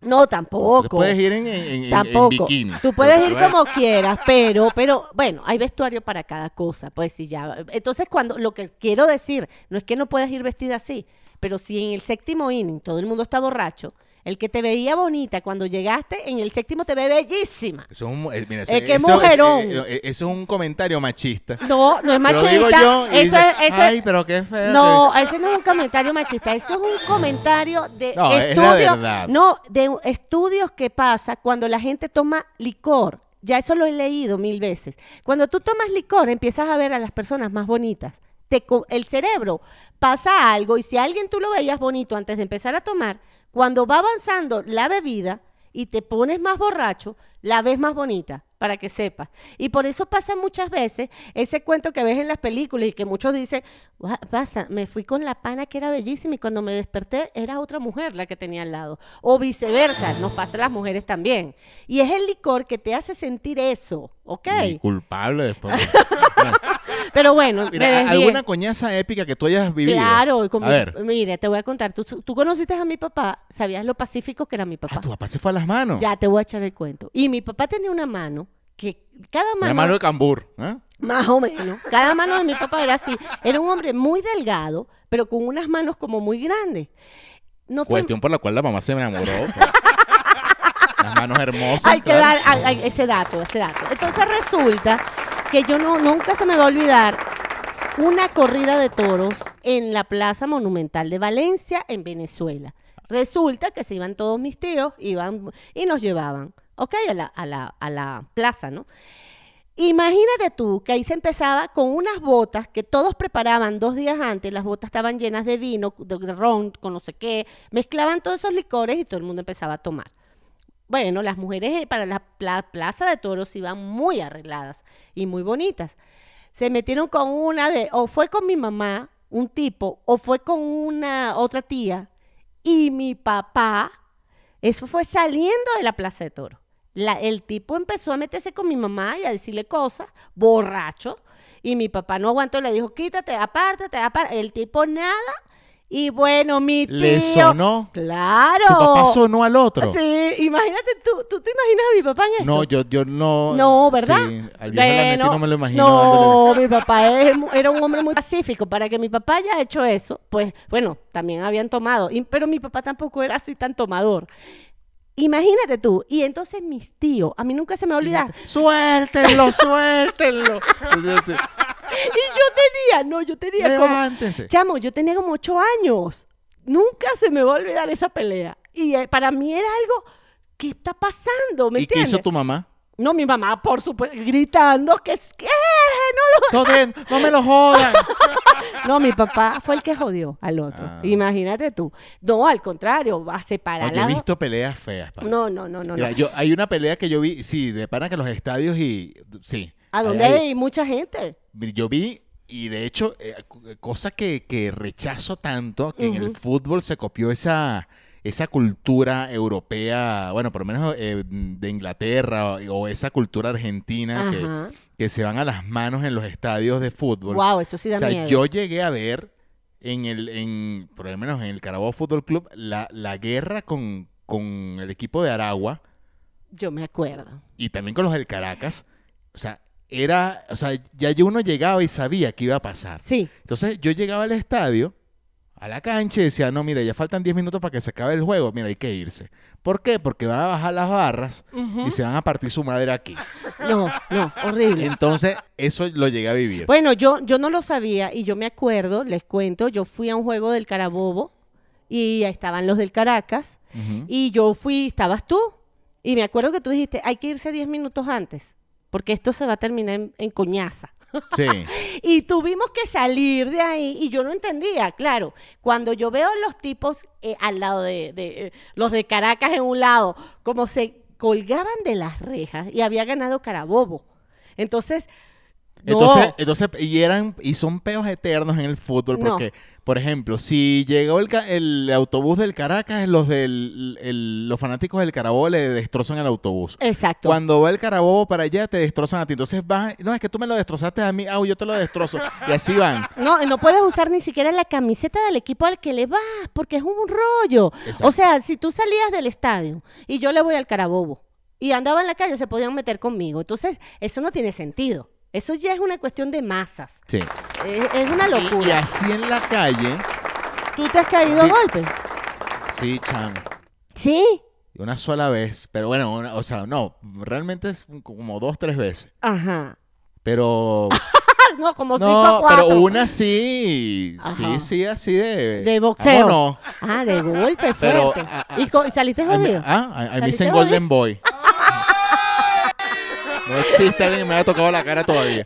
Speaker 3: No,
Speaker 1: Tú
Speaker 3: tampoco.
Speaker 1: puedes ir en, en- en- en
Speaker 3: Tampoco.
Speaker 1: bikini.
Speaker 3: Tú puedes ir
Speaker 1: Pero,
Speaker 3: como quieras, pero, pero, bueno, hay vestuario para cada cosa, pues sí ya. Entonces, cuando, lo que quiero decir, no es que no puedas ir vestida así, pero si en el séptimo inning todo el mundo está borracho, el que te veía bonita cuando llegaste, en el séptimo te ve bellísima.
Speaker 1: Eso es un, eh, mira,
Speaker 3: Eh, qué
Speaker 1: eso es-
Speaker 3: mujerón.
Speaker 1: eh, eh, eso es un comentario machista.
Speaker 3: No, no es
Speaker 1: Te
Speaker 3: machista.
Speaker 1: Lo digo yo y
Speaker 3: eso
Speaker 1: dices,
Speaker 3: es, eso es-
Speaker 1: Ay, pero qué feo.
Speaker 3: No, ese no es un comentario machista, eso es un comentario de
Speaker 1: No, es la
Speaker 3: estudios.
Speaker 1: verdad.
Speaker 3: No, de u- estudios que pasa cuando la gente toma licor. Ya eso lo he leído mil veces. Cuando tú tomas licor, empiezas a ver a las personas más bonitas. Te co- el cerebro pasa algo y si a alguien tú lo veías bonito antes de empezar a tomar, cuando va avanzando la bebida y te pones más borracho, la ves más bonita, para que sepas. Y por eso pasa muchas veces ese cuento que ves en las películas y que muchos dicen, "Gua- pasa, me fui con la pana que era bellísima y cuando me desperté era otra mujer la que tenía al lado. O viceversa, nos pasa a las mujeres también. Y es el licor que te hace sentir eso, ¿ok?
Speaker 1: Y culpable después.
Speaker 3: Pero bueno,
Speaker 1: Mira,
Speaker 3: me desvié.
Speaker 1: alguna coñaza épica que tú hayas vivido.
Speaker 3: Claro, y con
Speaker 1: a
Speaker 3: mi-
Speaker 1: ver.
Speaker 3: mire, te voy a contar. Tú, tú conociste a mi papá, sabías lo pacífico que era mi papá.
Speaker 1: Ah, tu papá se fue a las manos.
Speaker 3: Ya te voy a echar el cuento. Y mi papá tenía una mano que cada
Speaker 1: Una
Speaker 3: mano,
Speaker 1: mano de cambur. ¿eh?
Speaker 3: más o menos, cada mano de mi papá era así. Era un hombre muy delgado, pero con unas manos como muy grandes. No fue.
Speaker 1: Cuestión por la cual la mamá se me enamoró. las manos hermosas.
Speaker 3: Hay que
Speaker 1: claro.
Speaker 3: dar hay- hay ese dato, ese dato. Entonces resulta que yo no, nunca se me va a olvidar una corrida de toros en la Plaza Monumental de Valencia, en Venezuela. Resulta que se iban todos mis tíos, iban y nos llevaban, ¿ok? A la, a la, a la plaza, ¿no? Imagínate tú que ahí se empezaba con unas botas que todos preparaban dos días antes, las botas estaban llenas de vino, de de ron, con no sé qué, mezclaban todos esos licores y todo el mundo empezaba a tomar. Bueno, las mujeres eh, para la, pla- plaza de toros iban muy arregladas y muy bonitas. Se metieron con una de, o fue con mi mamá, un tipo, o fue con una otra tía, y mi papá, eso fue saliendo de la plaza de toros. La- el tipo empezó a meterse con mi mamá y a decirle cosas, borracho, y mi papá no aguantó, le dijo, quítate, apártate, apártate. El tipo nada, Y bueno, mi tío.
Speaker 1: Le sonó.
Speaker 3: Claro.
Speaker 1: Tu papá sonó al otro.
Speaker 3: Sí, imagínate, ¿tú, tú te imaginas a mi papá en eso?
Speaker 1: No, yo, yo no.
Speaker 3: No, ¿verdad?
Speaker 1: Sí, al viejo Lanetti
Speaker 3: Bueno,
Speaker 1: no me lo imagino. dándole-
Speaker 3: No, mi papá es mu- era un hombre muy pacífico. Para que mi papá haya hecho eso, pues bueno, también habían tomado, y- pero mi papá tampoco era así tan tomador. Imagínate tú, y entonces mis tíos, a mí nunca se me olvida.
Speaker 1: Suéltenlo, suéltenlo.
Speaker 3: Y yo tenía, no, yo tenía como.
Speaker 1: Levántense.
Speaker 3: Chamo, yo tenía como ocho años. Nunca se me va a olvidar esa pelea. Y eh, para mí era algo, ¿qué está pasando? ¿Me
Speaker 1: ¿Y qué hizo
Speaker 3: entiendes?
Speaker 1: tu mamá?
Speaker 3: No, mi mamá, por supuesto, gritando que es que no lo
Speaker 1: Todo bien, no me lo jodan.
Speaker 3: No, mi papá fue el que jodió al otro.
Speaker 1: Ah.
Speaker 3: Imagínate tú. No, al contrario, va a
Speaker 1: Oye,
Speaker 3: separar
Speaker 1: he
Speaker 3: la-
Speaker 1: visto peleas feas. pana.
Speaker 3: No, no, no, no. no.
Speaker 1: Mira, yo, hay una pelea que yo vi, sí, de pana que los estadios y. Sí.
Speaker 3: ¿A
Speaker 1: Hay-
Speaker 3: dónde
Speaker 1: hay-
Speaker 3: hay mucha gente?
Speaker 1: Yo vi, y de hecho, eh, cu- cosa que, que rechazo tanto, que en el fútbol se copió esa, esa cultura europea, bueno, por lo menos eh, de Inglaterra, o, o esa cultura argentina
Speaker 3: Ajá.
Speaker 1: que, que se van a las manos en los estadios de fútbol.
Speaker 3: Wow, eso sí da
Speaker 1: o sea,
Speaker 3: miedo.
Speaker 1: yo llegué a ver en el, en, por lo menos en el Carabobo Fútbol Club, la, la guerra con, con el equipo de Aragua
Speaker 3: Yo me acuerdo.
Speaker 1: y también con los del Caracas, o sea, era, o sea, ya yo uno llegaba y sabía que iba a pasar.
Speaker 3: Sí.
Speaker 1: Entonces yo llegaba al estadio, a la cancha y decía, no, mira, ya faltan 10 minutos para que se acabe el juego, mira, hay que irse. ¿Por qué? Porque van a bajar las barras y se van a partir su madre aquí.
Speaker 3: No, no, horrible.
Speaker 1: Entonces, eso lo llegué a vivir.
Speaker 3: Bueno, yo, yo no lo sabía y yo me acuerdo, les cuento, yo fui a un juego del Carabobo y estaban los del Caracas
Speaker 1: Ujú.
Speaker 3: y yo fui, estabas tú y me acuerdo que tú dijiste, hay que irse 10 minutos antes porque esto se va a terminar en, en coñaza.
Speaker 1: Sí.
Speaker 3: Y tuvimos que salir de ahí y yo no entendía, claro, cuando yo veo los tipos eh, al lado de, de, eh, los de Caracas en un lado, como se colgaban de las rejas y había ganado Carabobo. Entonces, no.
Speaker 1: Entonces, entonces, y eran, y son peos eternos en el fútbol,
Speaker 3: No.
Speaker 1: porque, por ejemplo, si llegó el, ca- el autobús del Caracas, los del el- los fanáticos del Carabobo le destrozan el autobús.
Speaker 3: exacto.
Speaker 1: Cuando va el carabobo para allá, te destrozan a ti. Entonces vas, no, es que tú me lo destrozaste a mí, ah, yo te lo destrozo. Y así van.
Speaker 3: No, no puedes usar ni siquiera la camiseta del equipo al que le vas, porque es un rollo.
Speaker 1: Exacto.
Speaker 3: O sea, si tú salías del estadio y yo le voy al Carabobo y andaba en la calle, se podían meter conmigo. Entonces, eso no tiene sentido. Eso ya es una cuestión de masas.
Speaker 1: Sí.
Speaker 3: Es, es una
Speaker 1: Y
Speaker 3: locura.
Speaker 1: así en la calle,
Speaker 3: ¿Tú te has caído a
Speaker 1: Sí.
Speaker 3: golpe?
Speaker 1: sí, chan,
Speaker 3: Sí.
Speaker 1: una sola vez. Pero bueno, una- o sea, no, realmente es como dos, tres veces.
Speaker 3: Ajá.
Speaker 1: Pero.
Speaker 3: Ah, no, como cinco a
Speaker 1: No,
Speaker 3: cuatro.
Speaker 1: pero una sí.
Speaker 3: Ajá.
Speaker 1: Sí, sí, así de.
Speaker 3: De boxeo.
Speaker 1: Vámonos.
Speaker 3: Ah, de golpe
Speaker 1: Pero.
Speaker 3: fuerte.
Speaker 1: a- a-
Speaker 3: ¿Y, co- y saliste
Speaker 1: a mí-
Speaker 3: jodido?
Speaker 1: Ah, a- a mí me
Speaker 3: ¿Saliste
Speaker 1: dicen
Speaker 3: jodido?
Speaker 1: Golden Boy. No existe alguien que me haya tocado la cara todavía.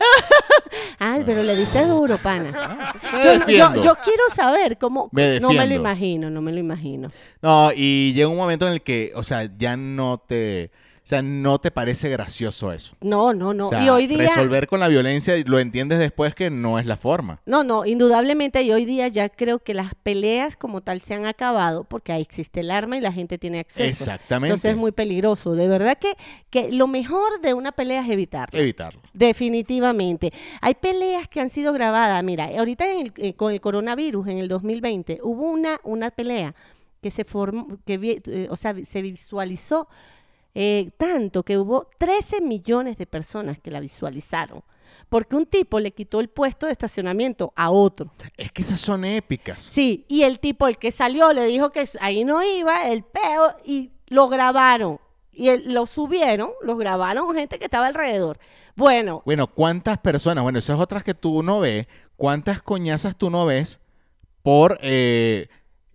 Speaker 3: Ay, pero le diste duro, pana.
Speaker 1: Ah, me
Speaker 3: Yo, no- yo,
Speaker 1: defiendo.
Speaker 3: yo quiero saber cómo...
Speaker 1: Me
Speaker 3: no me lo
Speaker 1: defiendo.
Speaker 3: imagino, no me lo imagino.
Speaker 1: No, y llega un momento en el que, o sea, ya no te, o sea, no te parece gracioso eso.
Speaker 3: No, no, no.
Speaker 1: O sea,
Speaker 3: y hoy día.
Speaker 1: resolver con la violencia lo entiendes después que no es la forma.
Speaker 3: No, no, indudablemente. Y hoy día ya creo que las peleas como tal se han acabado porque ahí existe el arma y la gente tiene acceso.
Speaker 1: Exactamente.
Speaker 3: Entonces es muy peligroso. De verdad que, que lo mejor de una pelea es evitarla.
Speaker 1: Evitarlo.
Speaker 3: Definitivamente. Hay peleas que han sido grabadas. Mira, ahorita en el- eh, con el coronavirus en el 2020 hubo una, una pelea que se formó, que vi- eh, o sea, vi- se visualizó eh, tanto que hubo 13 millones de personas que la visualizaron. Porque un tipo le quitó el puesto de estacionamiento a otro.
Speaker 1: Es que esas son épicas.
Speaker 3: Sí, y el tipo, el que salió, le dijo que ahí no iba, el peo, y lo grabaron. Y el- lo subieron, lo grabaron gente que estaba alrededor. Bueno,
Speaker 1: Bueno, ¿cuántas personas? Bueno, esas otras que tú no ves, ¿cuántas coñazas tú no ves por eh,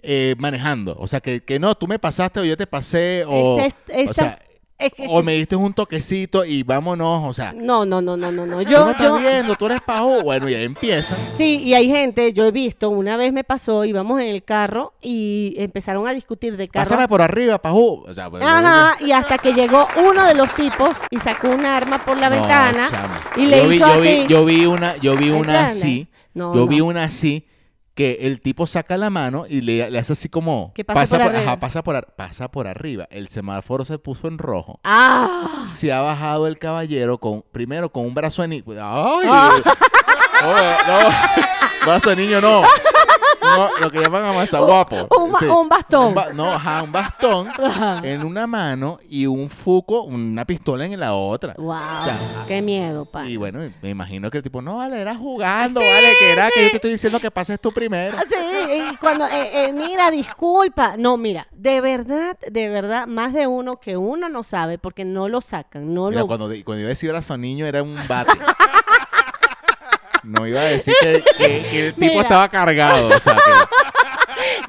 Speaker 1: eh, manejando? O sea, que, que no, tú me pasaste o yo te pasé o,
Speaker 3: Ese es-
Speaker 1: o, sea,
Speaker 3: esa- es que-
Speaker 1: o me diste un toquecito y vámonos, o sea,
Speaker 3: No, no, no, no, no, no.
Speaker 1: tú
Speaker 3: Yo,
Speaker 1: me Ah, estás
Speaker 3: yo,
Speaker 1: viendo, tú eres pajo, bueno, y ahí empiezan.
Speaker 3: sí, y hay gente, yo he visto, una vez me pasó, íbamos en el carro y empezaron a discutir del carro.
Speaker 1: Pásame por arriba, pajú. O sea, pues,
Speaker 3: Ajá, y hasta que llegó uno de los tipos y sacó un arma por la
Speaker 1: no,
Speaker 3: ventana
Speaker 1: chamo.
Speaker 3: y le
Speaker 1: yo vi,
Speaker 3: hizo
Speaker 1: yo vi-
Speaker 3: así.
Speaker 1: yo vi una, yo vi una
Speaker 3: ¿Entiendes?
Speaker 1: así.
Speaker 3: No,
Speaker 1: yo
Speaker 3: no.
Speaker 1: vi una así que el tipo saca la mano y le, le hace así como
Speaker 3: Que pasa por arriba.
Speaker 1: ajá, pasa por ar- pasa por arriba. El semáforo se puso en rojo.
Speaker 3: Ah,
Speaker 1: Se ha bajado el caballero con primero con un
Speaker 3: Ah.
Speaker 1: eh, brazo de niño. ¡Ay! Oh, no. brazo de niño no. llaman, lo que llaman amazaguapo.
Speaker 3: Un- un ba- un bastón.
Speaker 1: ba- no, ajá, un bastón en una mano y un fuco, una pistola en la otra.
Speaker 3: Wow.
Speaker 1: O sea,
Speaker 3: qué miedo, pa.
Speaker 1: Y bueno, me imagino que el tipo, no, vale, era jugando, vale, que era que yo te estoy diciendo que pases tú primero.
Speaker 3: Ah, Sí, y cuando, eh, eh, mira, disculpa. No, mira, de verdad, de verdad, más de uno que uno no sabe porque no lo sacan, no
Speaker 1: Mira,
Speaker 3: lo...
Speaker 1: cuando, de- cuando iba a decir son niño era un bate. No iba a decir que, que- que el tipo
Speaker 3: Mira.
Speaker 1: estaba cargado. O sea, que,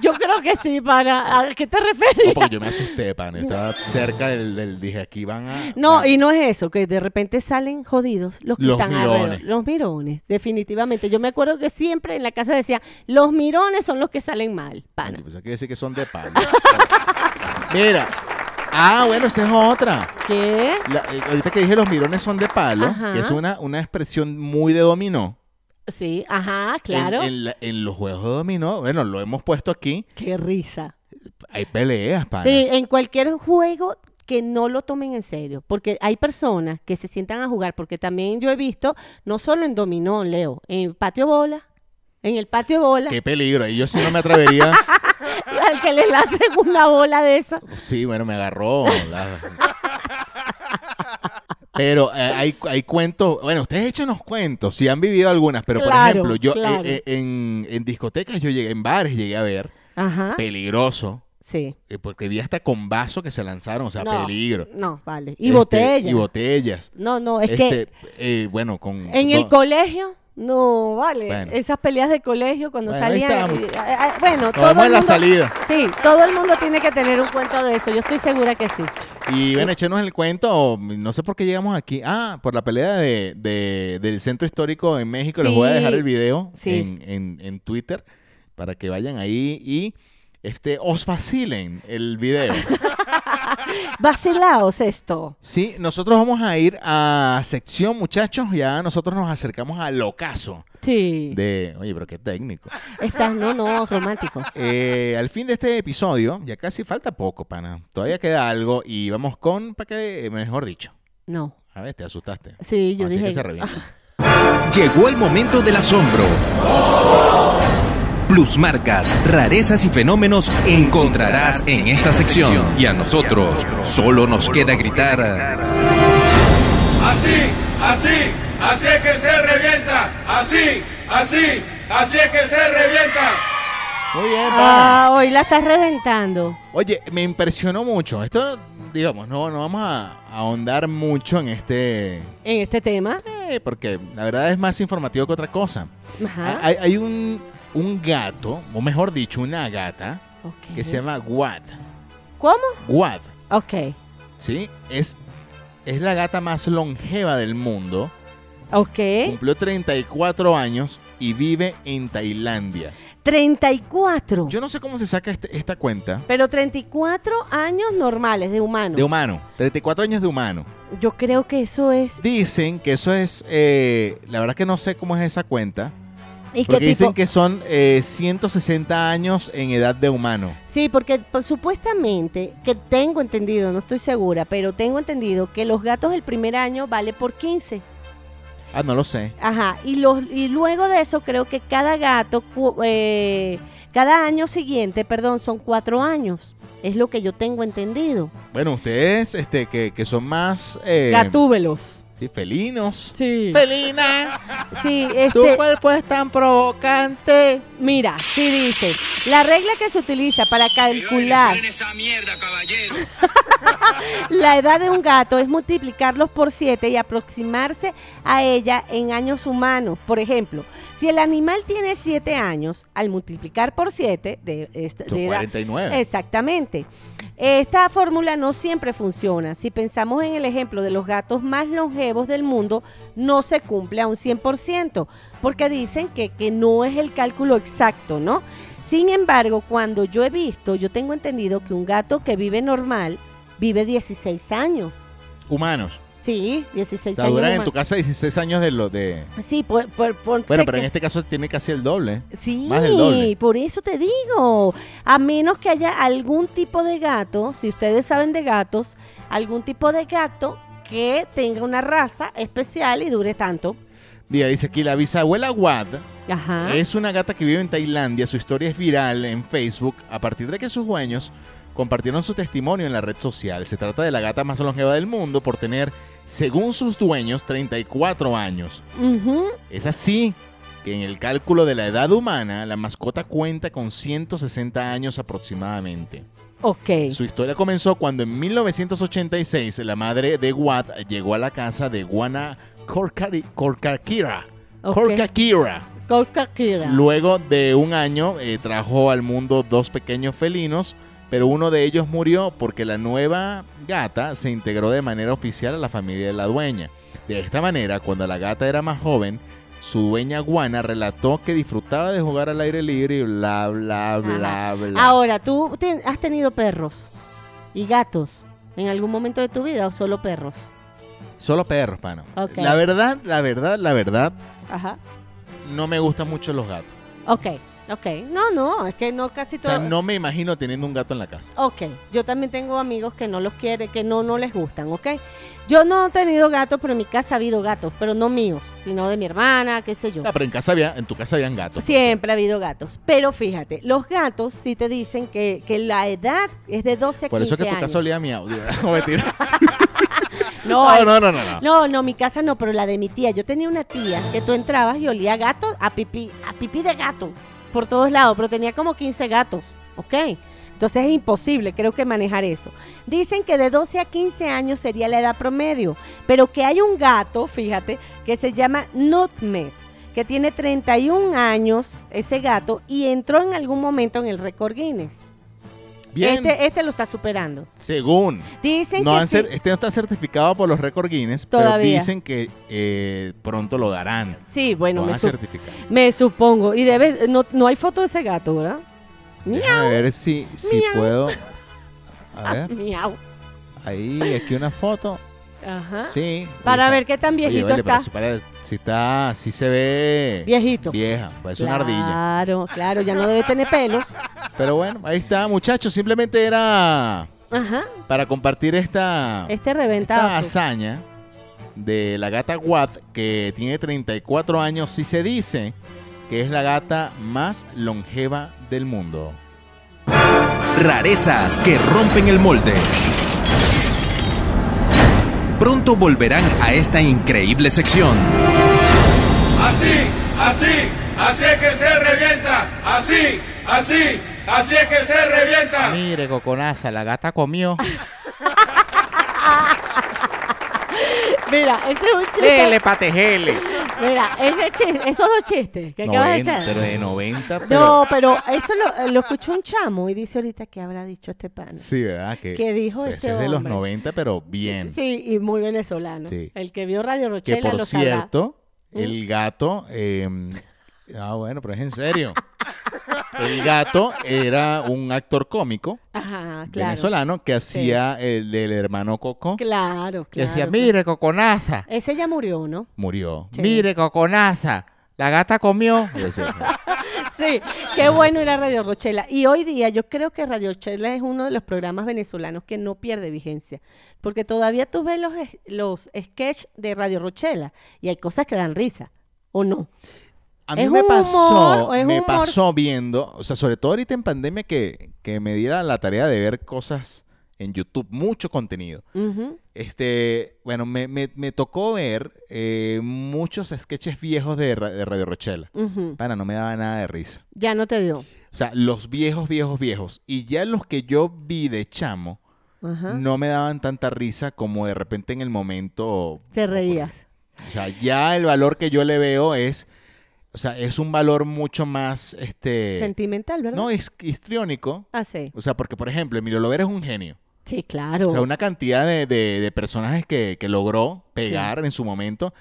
Speaker 3: Yo creo que sí, para... ¿A qué te
Speaker 1: no,
Speaker 3: refieres?
Speaker 1: porque yo me asusté, pan. yo Estaba cerca del, del- Dije, aquí van a.
Speaker 3: No,
Speaker 1: van-
Speaker 3: y no es eso, que de repente salen jodidos los que
Speaker 1: Los
Speaker 3: están
Speaker 1: mirones.
Speaker 3: alrededor. Los mirones, definitivamente. Yo me acuerdo que siempre en la casa decía, los mirones son los que salen mal,
Speaker 1: Ay,
Speaker 3: pana.
Speaker 1: pues, quiere decir que son de pan. Mira. Ah, bueno, esa es otra.
Speaker 3: ¿Qué?
Speaker 1: La- eh, ahorita que dije los mirones son de palo,
Speaker 3: Ajá.
Speaker 1: que es una, una expresión muy de dominó.
Speaker 3: Sí, ajá,
Speaker 1: En-
Speaker 3: claro.
Speaker 1: En, la- en los juegos de dominó, bueno, lo hemos puesto aquí,
Speaker 3: Qué risa.
Speaker 1: hay peleas, pana.
Speaker 3: Sí, en cualquier juego que no lo tomen en serio, porque hay personas que se sientan a jugar, porque también yo he visto, no solo en dominó, Leo, en patio bola, en el patio bola,
Speaker 1: Qué peligro. Y yo sí no me atrevería.
Speaker 3: al que le lancen una bola de esa.
Speaker 1: Sí, bueno, me agarró. la- Pero eh, hay, hay cuentos, bueno, ustedes échenos cuentos, si han vivido algunas, pero por
Speaker 3: Claro,
Speaker 1: ejemplo, yo eh,
Speaker 3: claro.
Speaker 1: eh, en, en discotecas, yo llegué, en bares llegué a ver,
Speaker 3: Ajá.
Speaker 1: peligroso,
Speaker 3: Sí.
Speaker 1: eh, porque vi hasta con vasos que se lanzaron, o sea,
Speaker 3: No,
Speaker 1: peligro.
Speaker 3: No, vale. Y
Speaker 1: Este,
Speaker 3: botella.
Speaker 1: Y botellas.
Speaker 3: no, no, es
Speaker 1: Este,
Speaker 3: que
Speaker 1: eh, bueno, con...
Speaker 3: en
Speaker 1: con-
Speaker 3: el colegio, no, vale.
Speaker 1: Bueno.
Speaker 3: Esas peleas de colegio cuando
Speaker 1: Bueno, ahí
Speaker 3: salían.
Speaker 1: estábamos.
Speaker 3: eh, eh, eh, bueno, todo
Speaker 1: vamos
Speaker 3: el
Speaker 1: en la
Speaker 3: mundo-
Speaker 1: salida.
Speaker 3: Sí, todo el mundo tiene que tener un cuento de eso. Yo estoy segura que sí.
Speaker 1: Y bueno, échenos el cuento, o no sé por qué llegamos aquí. Ah, por la pelea de, de- del centro histórico en México. Les voy a dejar
Speaker 3: Sí,
Speaker 1: el video
Speaker 3: sí.
Speaker 1: en, en- en Twitter para que vayan ahí y este os vacilen el video.
Speaker 3: Vacilaos esto.
Speaker 1: sí, nosotros vamos a ir a sección, muchachos. Ya nosotros nos acercamos al ocaso
Speaker 3: Sí.
Speaker 1: de... Oye, pero qué técnico.
Speaker 3: Estás, no, no, romántico.
Speaker 1: Eh, al fin de este episodio, ya casi falta poco, pana. Todavía queda algo y vamos con... Para que, mejor dicho.
Speaker 3: No.
Speaker 1: A ver, te asustaste.
Speaker 3: Sí, yo
Speaker 1: Así
Speaker 3: dije.
Speaker 1: que se revienta.
Speaker 6: Llegó el momento del asombro. Plusmarcas, rarezas y fenómenos encontrarás en esta sección. Y a nosotros solo nos queda gritar.
Speaker 5: Así, así, así es que se revienta. Así, así, así es que se revienta.
Speaker 1: Muy bien, pana.
Speaker 3: Ah, hoy la estás reventando.
Speaker 1: Oye, me impresionó mucho. Esto, digamos, no, no vamos a a ahondar mucho en este.
Speaker 3: En este tema.
Speaker 1: eh, porque la verdad es más informativo que otra cosa.
Speaker 3: Ajá.
Speaker 1: Ah, Hay, hay un, un gato, o mejor dicho, una gata,
Speaker 3: ok.
Speaker 1: que se llama Guad.
Speaker 3: ¿Cómo?
Speaker 1: Guad,
Speaker 3: Ok.
Speaker 1: ¿sí? Es, es la gata más longeva del mundo.
Speaker 3: Ok.
Speaker 1: Cumplió 34 años y vive en Tailandia.
Speaker 3: 34.
Speaker 1: Yo no sé cómo se saca este- esta cuenta.
Speaker 3: Pero 34 años normales de humano.
Speaker 1: De humano, 34 años de humano.
Speaker 3: Yo creo que eso es.
Speaker 1: Dicen que eso es, eh, la verdad que no sé cómo es esa cuenta,
Speaker 3: ¿Y qué
Speaker 1: porque dicen
Speaker 3: tipo?
Speaker 1: que son eh, 160 años en edad de humano.
Speaker 3: Sí, porque por- supuestamente, que tengo entendido, no estoy segura, pero tengo entendido que los gatos el primer año vale por 15.
Speaker 1: Ah, no lo sé.
Speaker 3: Ajá. Y, los, y luego de eso creo que cada gato, cu- eh, cada año siguiente, perdón, son cuatro años. Es lo que yo tengo entendido.
Speaker 1: Bueno, ustedes este, que, que son más eh,
Speaker 3: Gatúbelos.
Speaker 1: sí, felinos.
Speaker 3: Sí.
Speaker 1: Felina,
Speaker 3: Sí, este,
Speaker 1: cuerpo es tan provocante.
Speaker 3: mira, sí dice, la regla que se utiliza para calcular
Speaker 5: en esa mierda, caballero.
Speaker 3: La edad de un gato es multiplicarlos por 7 y aproximarse a ella en años humanos. Por ejemplo, si el animal tiene 7 años, al multiplicar por 7 de, esta-
Speaker 1: Son
Speaker 3: de edad...
Speaker 1: 49.
Speaker 3: Exactamente. Esta fórmula no siempre funciona. Si pensamos en el ejemplo de los gatos más longevos del mundo, no se cumple a un 100%, porque dicen que, que no es el cálculo exacto, ¿no? Sin embargo, cuando yo he visto, yo tengo entendido que un gato que vive normal vive 16 años.
Speaker 1: Humanos.
Speaker 3: Sí,
Speaker 1: O
Speaker 3: 16
Speaker 1: sea,
Speaker 3: años.
Speaker 1: duran en
Speaker 3: humano.
Speaker 1: tu casa 16 años de los de...
Speaker 3: Sí, por, por, por-
Speaker 1: Bueno, pero en este caso tiene casi el doble.
Speaker 3: Sí,
Speaker 1: Más del doble.
Speaker 3: por eso te digo. A menos que haya algún tipo de gato, si ustedes saben de gatos, algún tipo de gato que tenga una raza especial y dure tanto.
Speaker 1: Mira, dice aquí la bisabuela Wad
Speaker 3: Ajá.
Speaker 1: es una gata que vive en Tailandia. Su historia es viral en Facebook a partir de que sus dueños compartieron su testimonio en la red social. Se trata de la gata más longeva del mundo por tener, según sus dueños, 34 años.
Speaker 3: Ujú.
Speaker 1: Es así que en el cálculo de la edad humana, la mascota cuenta con 160 años aproximadamente.
Speaker 3: Ok.
Speaker 1: Su historia comenzó cuando en 1986 la madre de Watt llegó a la casa de Guana Korkari- Korkakira.
Speaker 3: Ok.
Speaker 1: Korkakira.
Speaker 3: Coca-Cola.
Speaker 1: Luego de un año eh, trajo al mundo dos pequeños felinos, pero uno de ellos murió porque la nueva gata se integró de manera oficial a la familia de la dueña. De esta manera, cuando la gata era más joven, su dueña Guana relató que disfrutaba de jugar al aire libre y bla, bla, bla, bla.
Speaker 3: Ahora, ¿tú te- has tenido perros y gatos en algún momento de tu vida o solo perros?
Speaker 1: Solo perros, mano.
Speaker 3: Ok.
Speaker 1: La verdad, la verdad, la verdad,
Speaker 3: Ajá.
Speaker 1: no me gustan mucho los gatos.
Speaker 3: Ok, ok. No, no, es que no casi
Speaker 1: O
Speaker 3: todo.
Speaker 1: sea, no me imagino teniendo un gato en la casa.
Speaker 3: Ok, yo también tengo amigos que no los quieren, que no, no les gustan, ¿ok? Yo no he tenido gatos, pero en mi casa ha habido gatos, pero no míos, sino de mi hermana, qué sé yo.
Speaker 1: Ah, pues, pero en casa había, en tu casa habían gatos.
Speaker 3: Siempre ha habido gatos. Pero fíjate, los gatos sí te dicen que, que la edad es de 12 a 15
Speaker 1: Por eso que tu
Speaker 3: años.
Speaker 1: casa olía a miau. No, mentira.
Speaker 3: No,
Speaker 1: no, no, no, no.
Speaker 3: No, no, mi casa no, pero la de mi tía. Yo tenía una tía que tú entrabas y olía a gato, a pipí, a pipí de gato, por todos lados, pero tenía como 15 gatos, ¿ok? Entonces es imposible, creo que manejar eso. Dicen que de 12 a 15 años sería la edad promedio, pero que hay un gato, fíjate, que se llama Nutmeg, que tiene 31 años ese gato y entró en algún momento en el récord Guinness.
Speaker 1: Bien,
Speaker 3: Este, este lo está superando.
Speaker 1: según.
Speaker 3: Dicen
Speaker 1: No
Speaker 3: que
Speaker 1: han cer-
Speaker 3: sí.
Speaker 1: Este no está certificado por los récord Guinness, pero
Speaker 3: Todavía.
Speaker 1: dicen que eh, pronto lo darán.
Speaker 3: Sí, bueno,
Speaker 1: lo
Speaker 3: me
Speaker 1: van a
Speaker 3: sup-
Speaker 1: certificar.
Speaker 3: Me supongo. Y debe, no, no hay foto de ese gato, ¿verdad?
Speaker 1: Déjame ver si, si
Speaker 3: Miau.
Speaker 1: puedo. A
Speaker 3: Ah,
Speaker 1: ver,
Speaker 3: miau.
Speaker 1: ahí, aquí una foto.
Speaker 3: Ajá.
Speaker 1: Sí.
Speaker 3: Ah, Para
Speaker 1: Ahí
Speaker 3: ver
Speaker 1: está.
Speaker 3: qué tan
Speaker 1: Oye,
Speaker 3: viejito
Speaker 1: vale, pero
Speaker 3: está.
Speaker 1: Si, para- si está, si se ve
Speaker 3: Viejito.
Speaker 1: vieja, parece una
Speaker 3: claro,
Speaker 1: ardilla.
Speaker 3: Claro, ya no debe tener pelos.
Speaker 1: Pero bueno, ahí está, muchachos. Simplemente era
Speaker 3: Ajá.
Speaker 1: para compartir esta,
Speaker 3: Este
Speaker 1: esta
Speaker 3: reventado.
Speaker 1: hazaña de la gata Watt, que tiene 34 años, si se dice que es la gata más longeva del mundo.
Speaker 7: Rarezas que rompen el molde. Pronto volverán a esta increíble sección.
Speaker 8: Así, así, así es que se revienta. Así, así, así es que se revienta.
Speaker 1: Mire, Coconaza, la gata comió.
Speaker 3: Mira, ese es un chiste.
Speaker 1: Dele, patejele.
Speaker 3: Mira, ese chiste, esos dos chistes que acabas de
Speaker 1: Noventa,
Speaker 3: echar.
Speaker 1: pero de 90, pero...
Speaker 3: No, pero eso lo, lo escuchó un chamo y dice ahorita que habrá dicho este pan.
Speaker 1: Sí, ¿verdad? Que,
Speaker 3: ¿Qué dijo
Speaker 1: ese
Speaker 3: este
Speaker 1: es de los
Speaker 3: hombre?
Speaker 1: 90, pero bien.
Speaker 3: Sí, y muy venezolano.
Speaker 1: Sí.
Speaker 3: El que vio Radio
Speaker 1: que
Speaker 3: Rochela
Speaker 1: por
Speaker 3: lo sabrá. ¿Mm?
Speaker 1: cierto, el gato... eh, ah, bueno, pero es en serio. El gato era un actor cómico.
Speaker 3: Ajá, claro.
Speaker 1: venezolano que hacía el del hermano Coco.
Speaker 3: Claro, claro.
Speaker 1: que decía,
Speaker 3: claro.
Speaker 1: mire, Coconaza.
Speaker 3: Ese ya murió, ¿no?
Speaker 1: Murió.
Speaker 3: Sí.
Speaker 1: Mire, Coconaza. La gata comió. Y decía,
Speaker 3: Sí, qué bueno era Radio Rochela. Y hoy día yo creo que Radio Rochela es uno de los programas venezolanos que no pierde vigencia, porque todavía tú ves los, es- los sketches de Radio Rochela y hay cosas que dan risa, ¿o no?
Speaker 1: A mí
Speaker 3: Es
Speaker 1: me
Speaker 3: un
Speaker 1: pasó,
Speaker 3: humor, es
Speaker 1: me
Speaker 3: humor.
Speaker 1: pasó viendo, o sea, sobre todo ahorita en pandemia que, que me diera la tarea de ver cosas en YouTube, mucho contenido.
Speaker 3: Ujú.
Speaker 1: Este, bueno, me, me- me tocó ver eh, muchos sketches viejos de, Ra- de Radio Rochela.
Speaker 3: Ujú.
Speaker 1: Para, no me daba nada de risa.
Speaker 3: Ya no te dio.
Speaker 1: O sea, los viejos, viejos, viejos. Y ya los que yo vi de chamo,
Speaker 3: Ajá.
Speaker 1: no me daban tanta risa como de repente en el momento.
Speaker 3: Te reías.
Speaker 1: O sea, ya el valor que yo le veo es. O sea, es un valor mucho más. este
Speaker 3: Sentimental, ¿verdad?
Speaker 1: No, es histriónico.
Speaker 3: Ah, sí.
Speaker 1: O sea, porque, por ejemplo, Emilio Lovera es un genio.
Speaker 3: Sí, claro.
Speaker 1: O sea, una cantidad de, de- de personajes que, que logró pegar en su momento.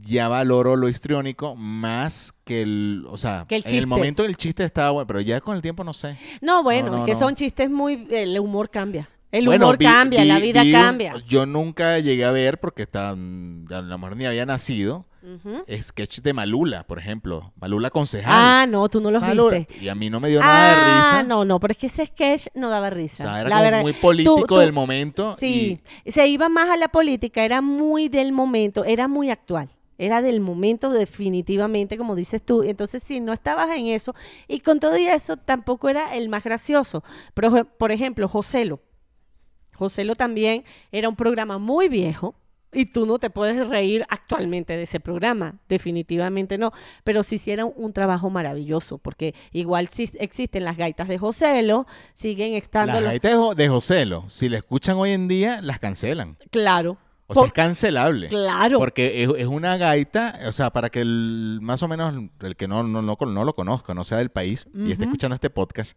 Speaker 1: Ya valoro lo histriónico más que el. O sea,
Speaker 3: Que el
Speaker 1: en el
Speaker 3: chiste.
Speaker 1: momento el chiste estaba bueno, pero ya con el tiempo no sé.
Speaker 3: No, bueno,
Speaker 1: No, no,
Speaker 3: es que
Speaker 1: no.
Speaker 3: son chistes muy... El humor cambia. El
Speaker 1: Bueno,
Speaker 3: humor
Speaker 1: vi-
Speaker 3: cambia,
Speaker 1: vi-
Speaker 3: la vida
Speaker 1: vi un-
Speaker 3: cambia.
Speaker 1: yo nunca llegué a ver, porque tan, a lo mejor ni había nacido,
Speaker 3: Ujú.
Speaker 1: sketch de Malula, por ejemplo. Malula concejal.
Speaker 3: Ah, no, tú no los
Speaker 1: Malula.
Speaker 3: viste. Ah,
Speaker 1: Y a mí no me dio nada de risa.
Speaker 3: no, no, pero es que ese sketch no daba
Speaker 1: O
Speaker 3: risa.
Speaker 1: sea, era
Speaker 3: la
Speaker 1: como
Speaker 3: verdad.
Speaker 1: muy político
Speaker 3: Tú- tú-
Speaker 1: del momento.
Speaker 3: Sí, se iba más a la política, era muy del momento, era muy actual. Era del momento definitivamente, como dices tú. Entonces, si no estabas en eso, y con todo y eso tampoco era el más gracioso. Pero, por ejemplo, Joselo. Joselo también era un programa muy viejo, y tú no te puedes reír actualmente de ese programa, definitivamente no, pero si hicieron un trabajo maravilloso, porque igual si existen las gaitas de Joselo, siguen estando...
Speaker 1: Las
Speaker 3: los-
Speaker 1: gaitas de Jo- de Joselo, si la escuchan hoy en día, las cancelan.
Speaker 3: Claro.
Speaker 1: O sea,
Speaker 3: Por-
Speaker 1: es cancelable.
Speaker 3: Claro.
Speaker 1: Porque es, es una gaita, o sea, para que el, más o menos el que no, no, no, no lo conozca, no sea del país y esté escuchando este podcast,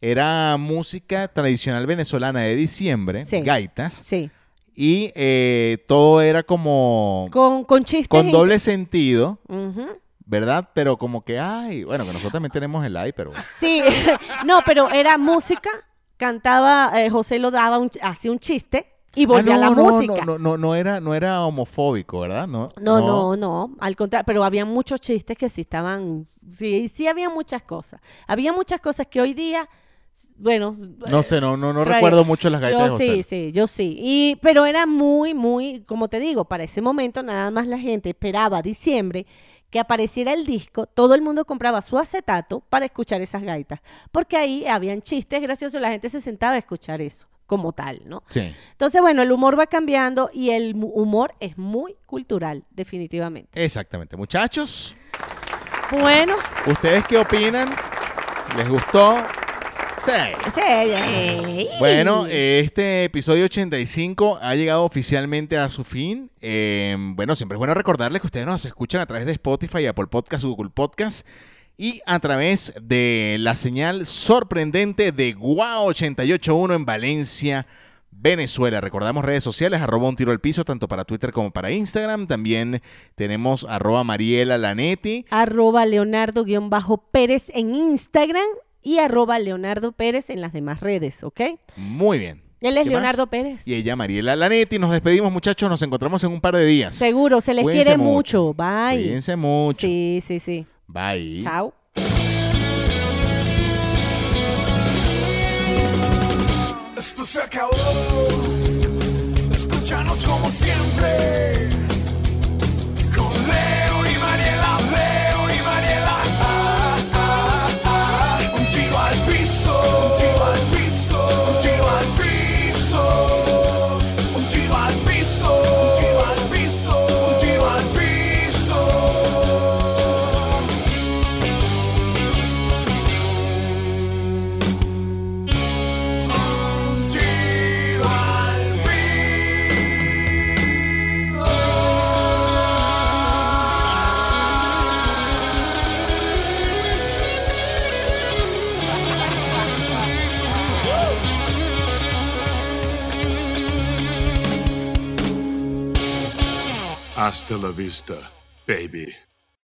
Speaker 1: era música tradicional venezolana de diciembre,
Speaker 3: Sí.
Speaker 1: gaitas,
Speaker 3: Sí.
Speaker 1: y eh, todo era como
Speaker 3: Con, con chistes...
Speaker 1: con
Speaker 3: en-
Speaker 1: doble sentido,
Speaker 3: Ujú.
Speaker 1: ¿verdad? Pero como que, ay, bueno, que nosotros también tenemos el ay, pero...
Speaker 3: Sí, no, pero era música, cantaba, eh, José lo daba, un, hacía un chiste y volvía
Speaker 1: Ah, no,
Speaker 3: a la
Speaker 1: no,
Speaker 3: música.
Speaker 1: No, no, no, no era, no era homofóbico, ¿verdad? No,
Speaker 3: No, no, no, al contrario, pero había muchos chistes que sí estaban, sí, sí había muchas cosas. Había muchas cosas que hoy día, bueno,
Speaker 1: No sé, no, no, no
Speaker 3: Rayo.
Speaker 1: recuerdo mucho las gaitas de
Speaker 3: yo
Speaker 1: José.
Speaker 3: sí, sí, yo sí. Y, pero era muy, muy, como te digo, para ese momento nada más la gente esperaba diciembre que apareciera el disco, todo el mundo compraba su acetato para escuchar esas gaitas, porque ahí habían chistes graciosos, la gente se sentaba a escuchar eso como tal, ¿no?
Speaker 1: Sí.
Speaker 3: Entonces, bueno, el humor va cambiando y el mu- humor es muy cultural, definitivamente.
Speaker 1: Exactamente. Muchachos,
Speaker 3: Bueno,
Speaker 1: ¿ustedes qué opinan? ¿Les gustó? Sí.
Speaker 3: sí,
Speaker 1: Bueno, eh, este episodio 85 ha llegado oficialmente a su fin. Eh, bueno, siempre es bueno recordarles que ustedes nos escuchan a través de Spotify, Apple Podcast, Google Podcast y a través de la señal sorprendente de Guau 881 en Valencia, Venezuela. Recordamos redes sociales, arroba un tiro al piso, tanto para Twitter como para Instagram. También tenemos arroba Mariela Lanetti.
Speaker 3: arroba leonardo-pérez en Instagram y arroba leonardo pérez en las demás redes, ¿ok?
Speaker 1: Muy bien.
Speaker 3: Él
Speaker 1: ¿Qué
Speaker 3: es
Speaker 1: más?
Speaker 3: Leonardo Pérez.
Speaker 1: Y ella, Mariela Lanetti. Nos despedimos, muchachos. Nos encontramos en un par de días.
Speaker 3: Seguro, se les
Speaker 1: Cuídense
Speaker 3: quiere mucho. Bye.
Speaker 1: Cuídense mucho.
Speaker 3: Sí, sí, sí.
Speaker 1: Bye.
Speaker 3: Chao.
Speaker 8: Esto se acabó. Escúchanos como siempre. Con Leo y Mariela, Leo y Mariela. Ah, ah, ah. Un tiro al piso, un tiro al piso, un tiro al piso. Un tiro al piso, un tiro al piso, un tiro al piso. Un tiro al
Speaker 9: Hasta la vista, baby.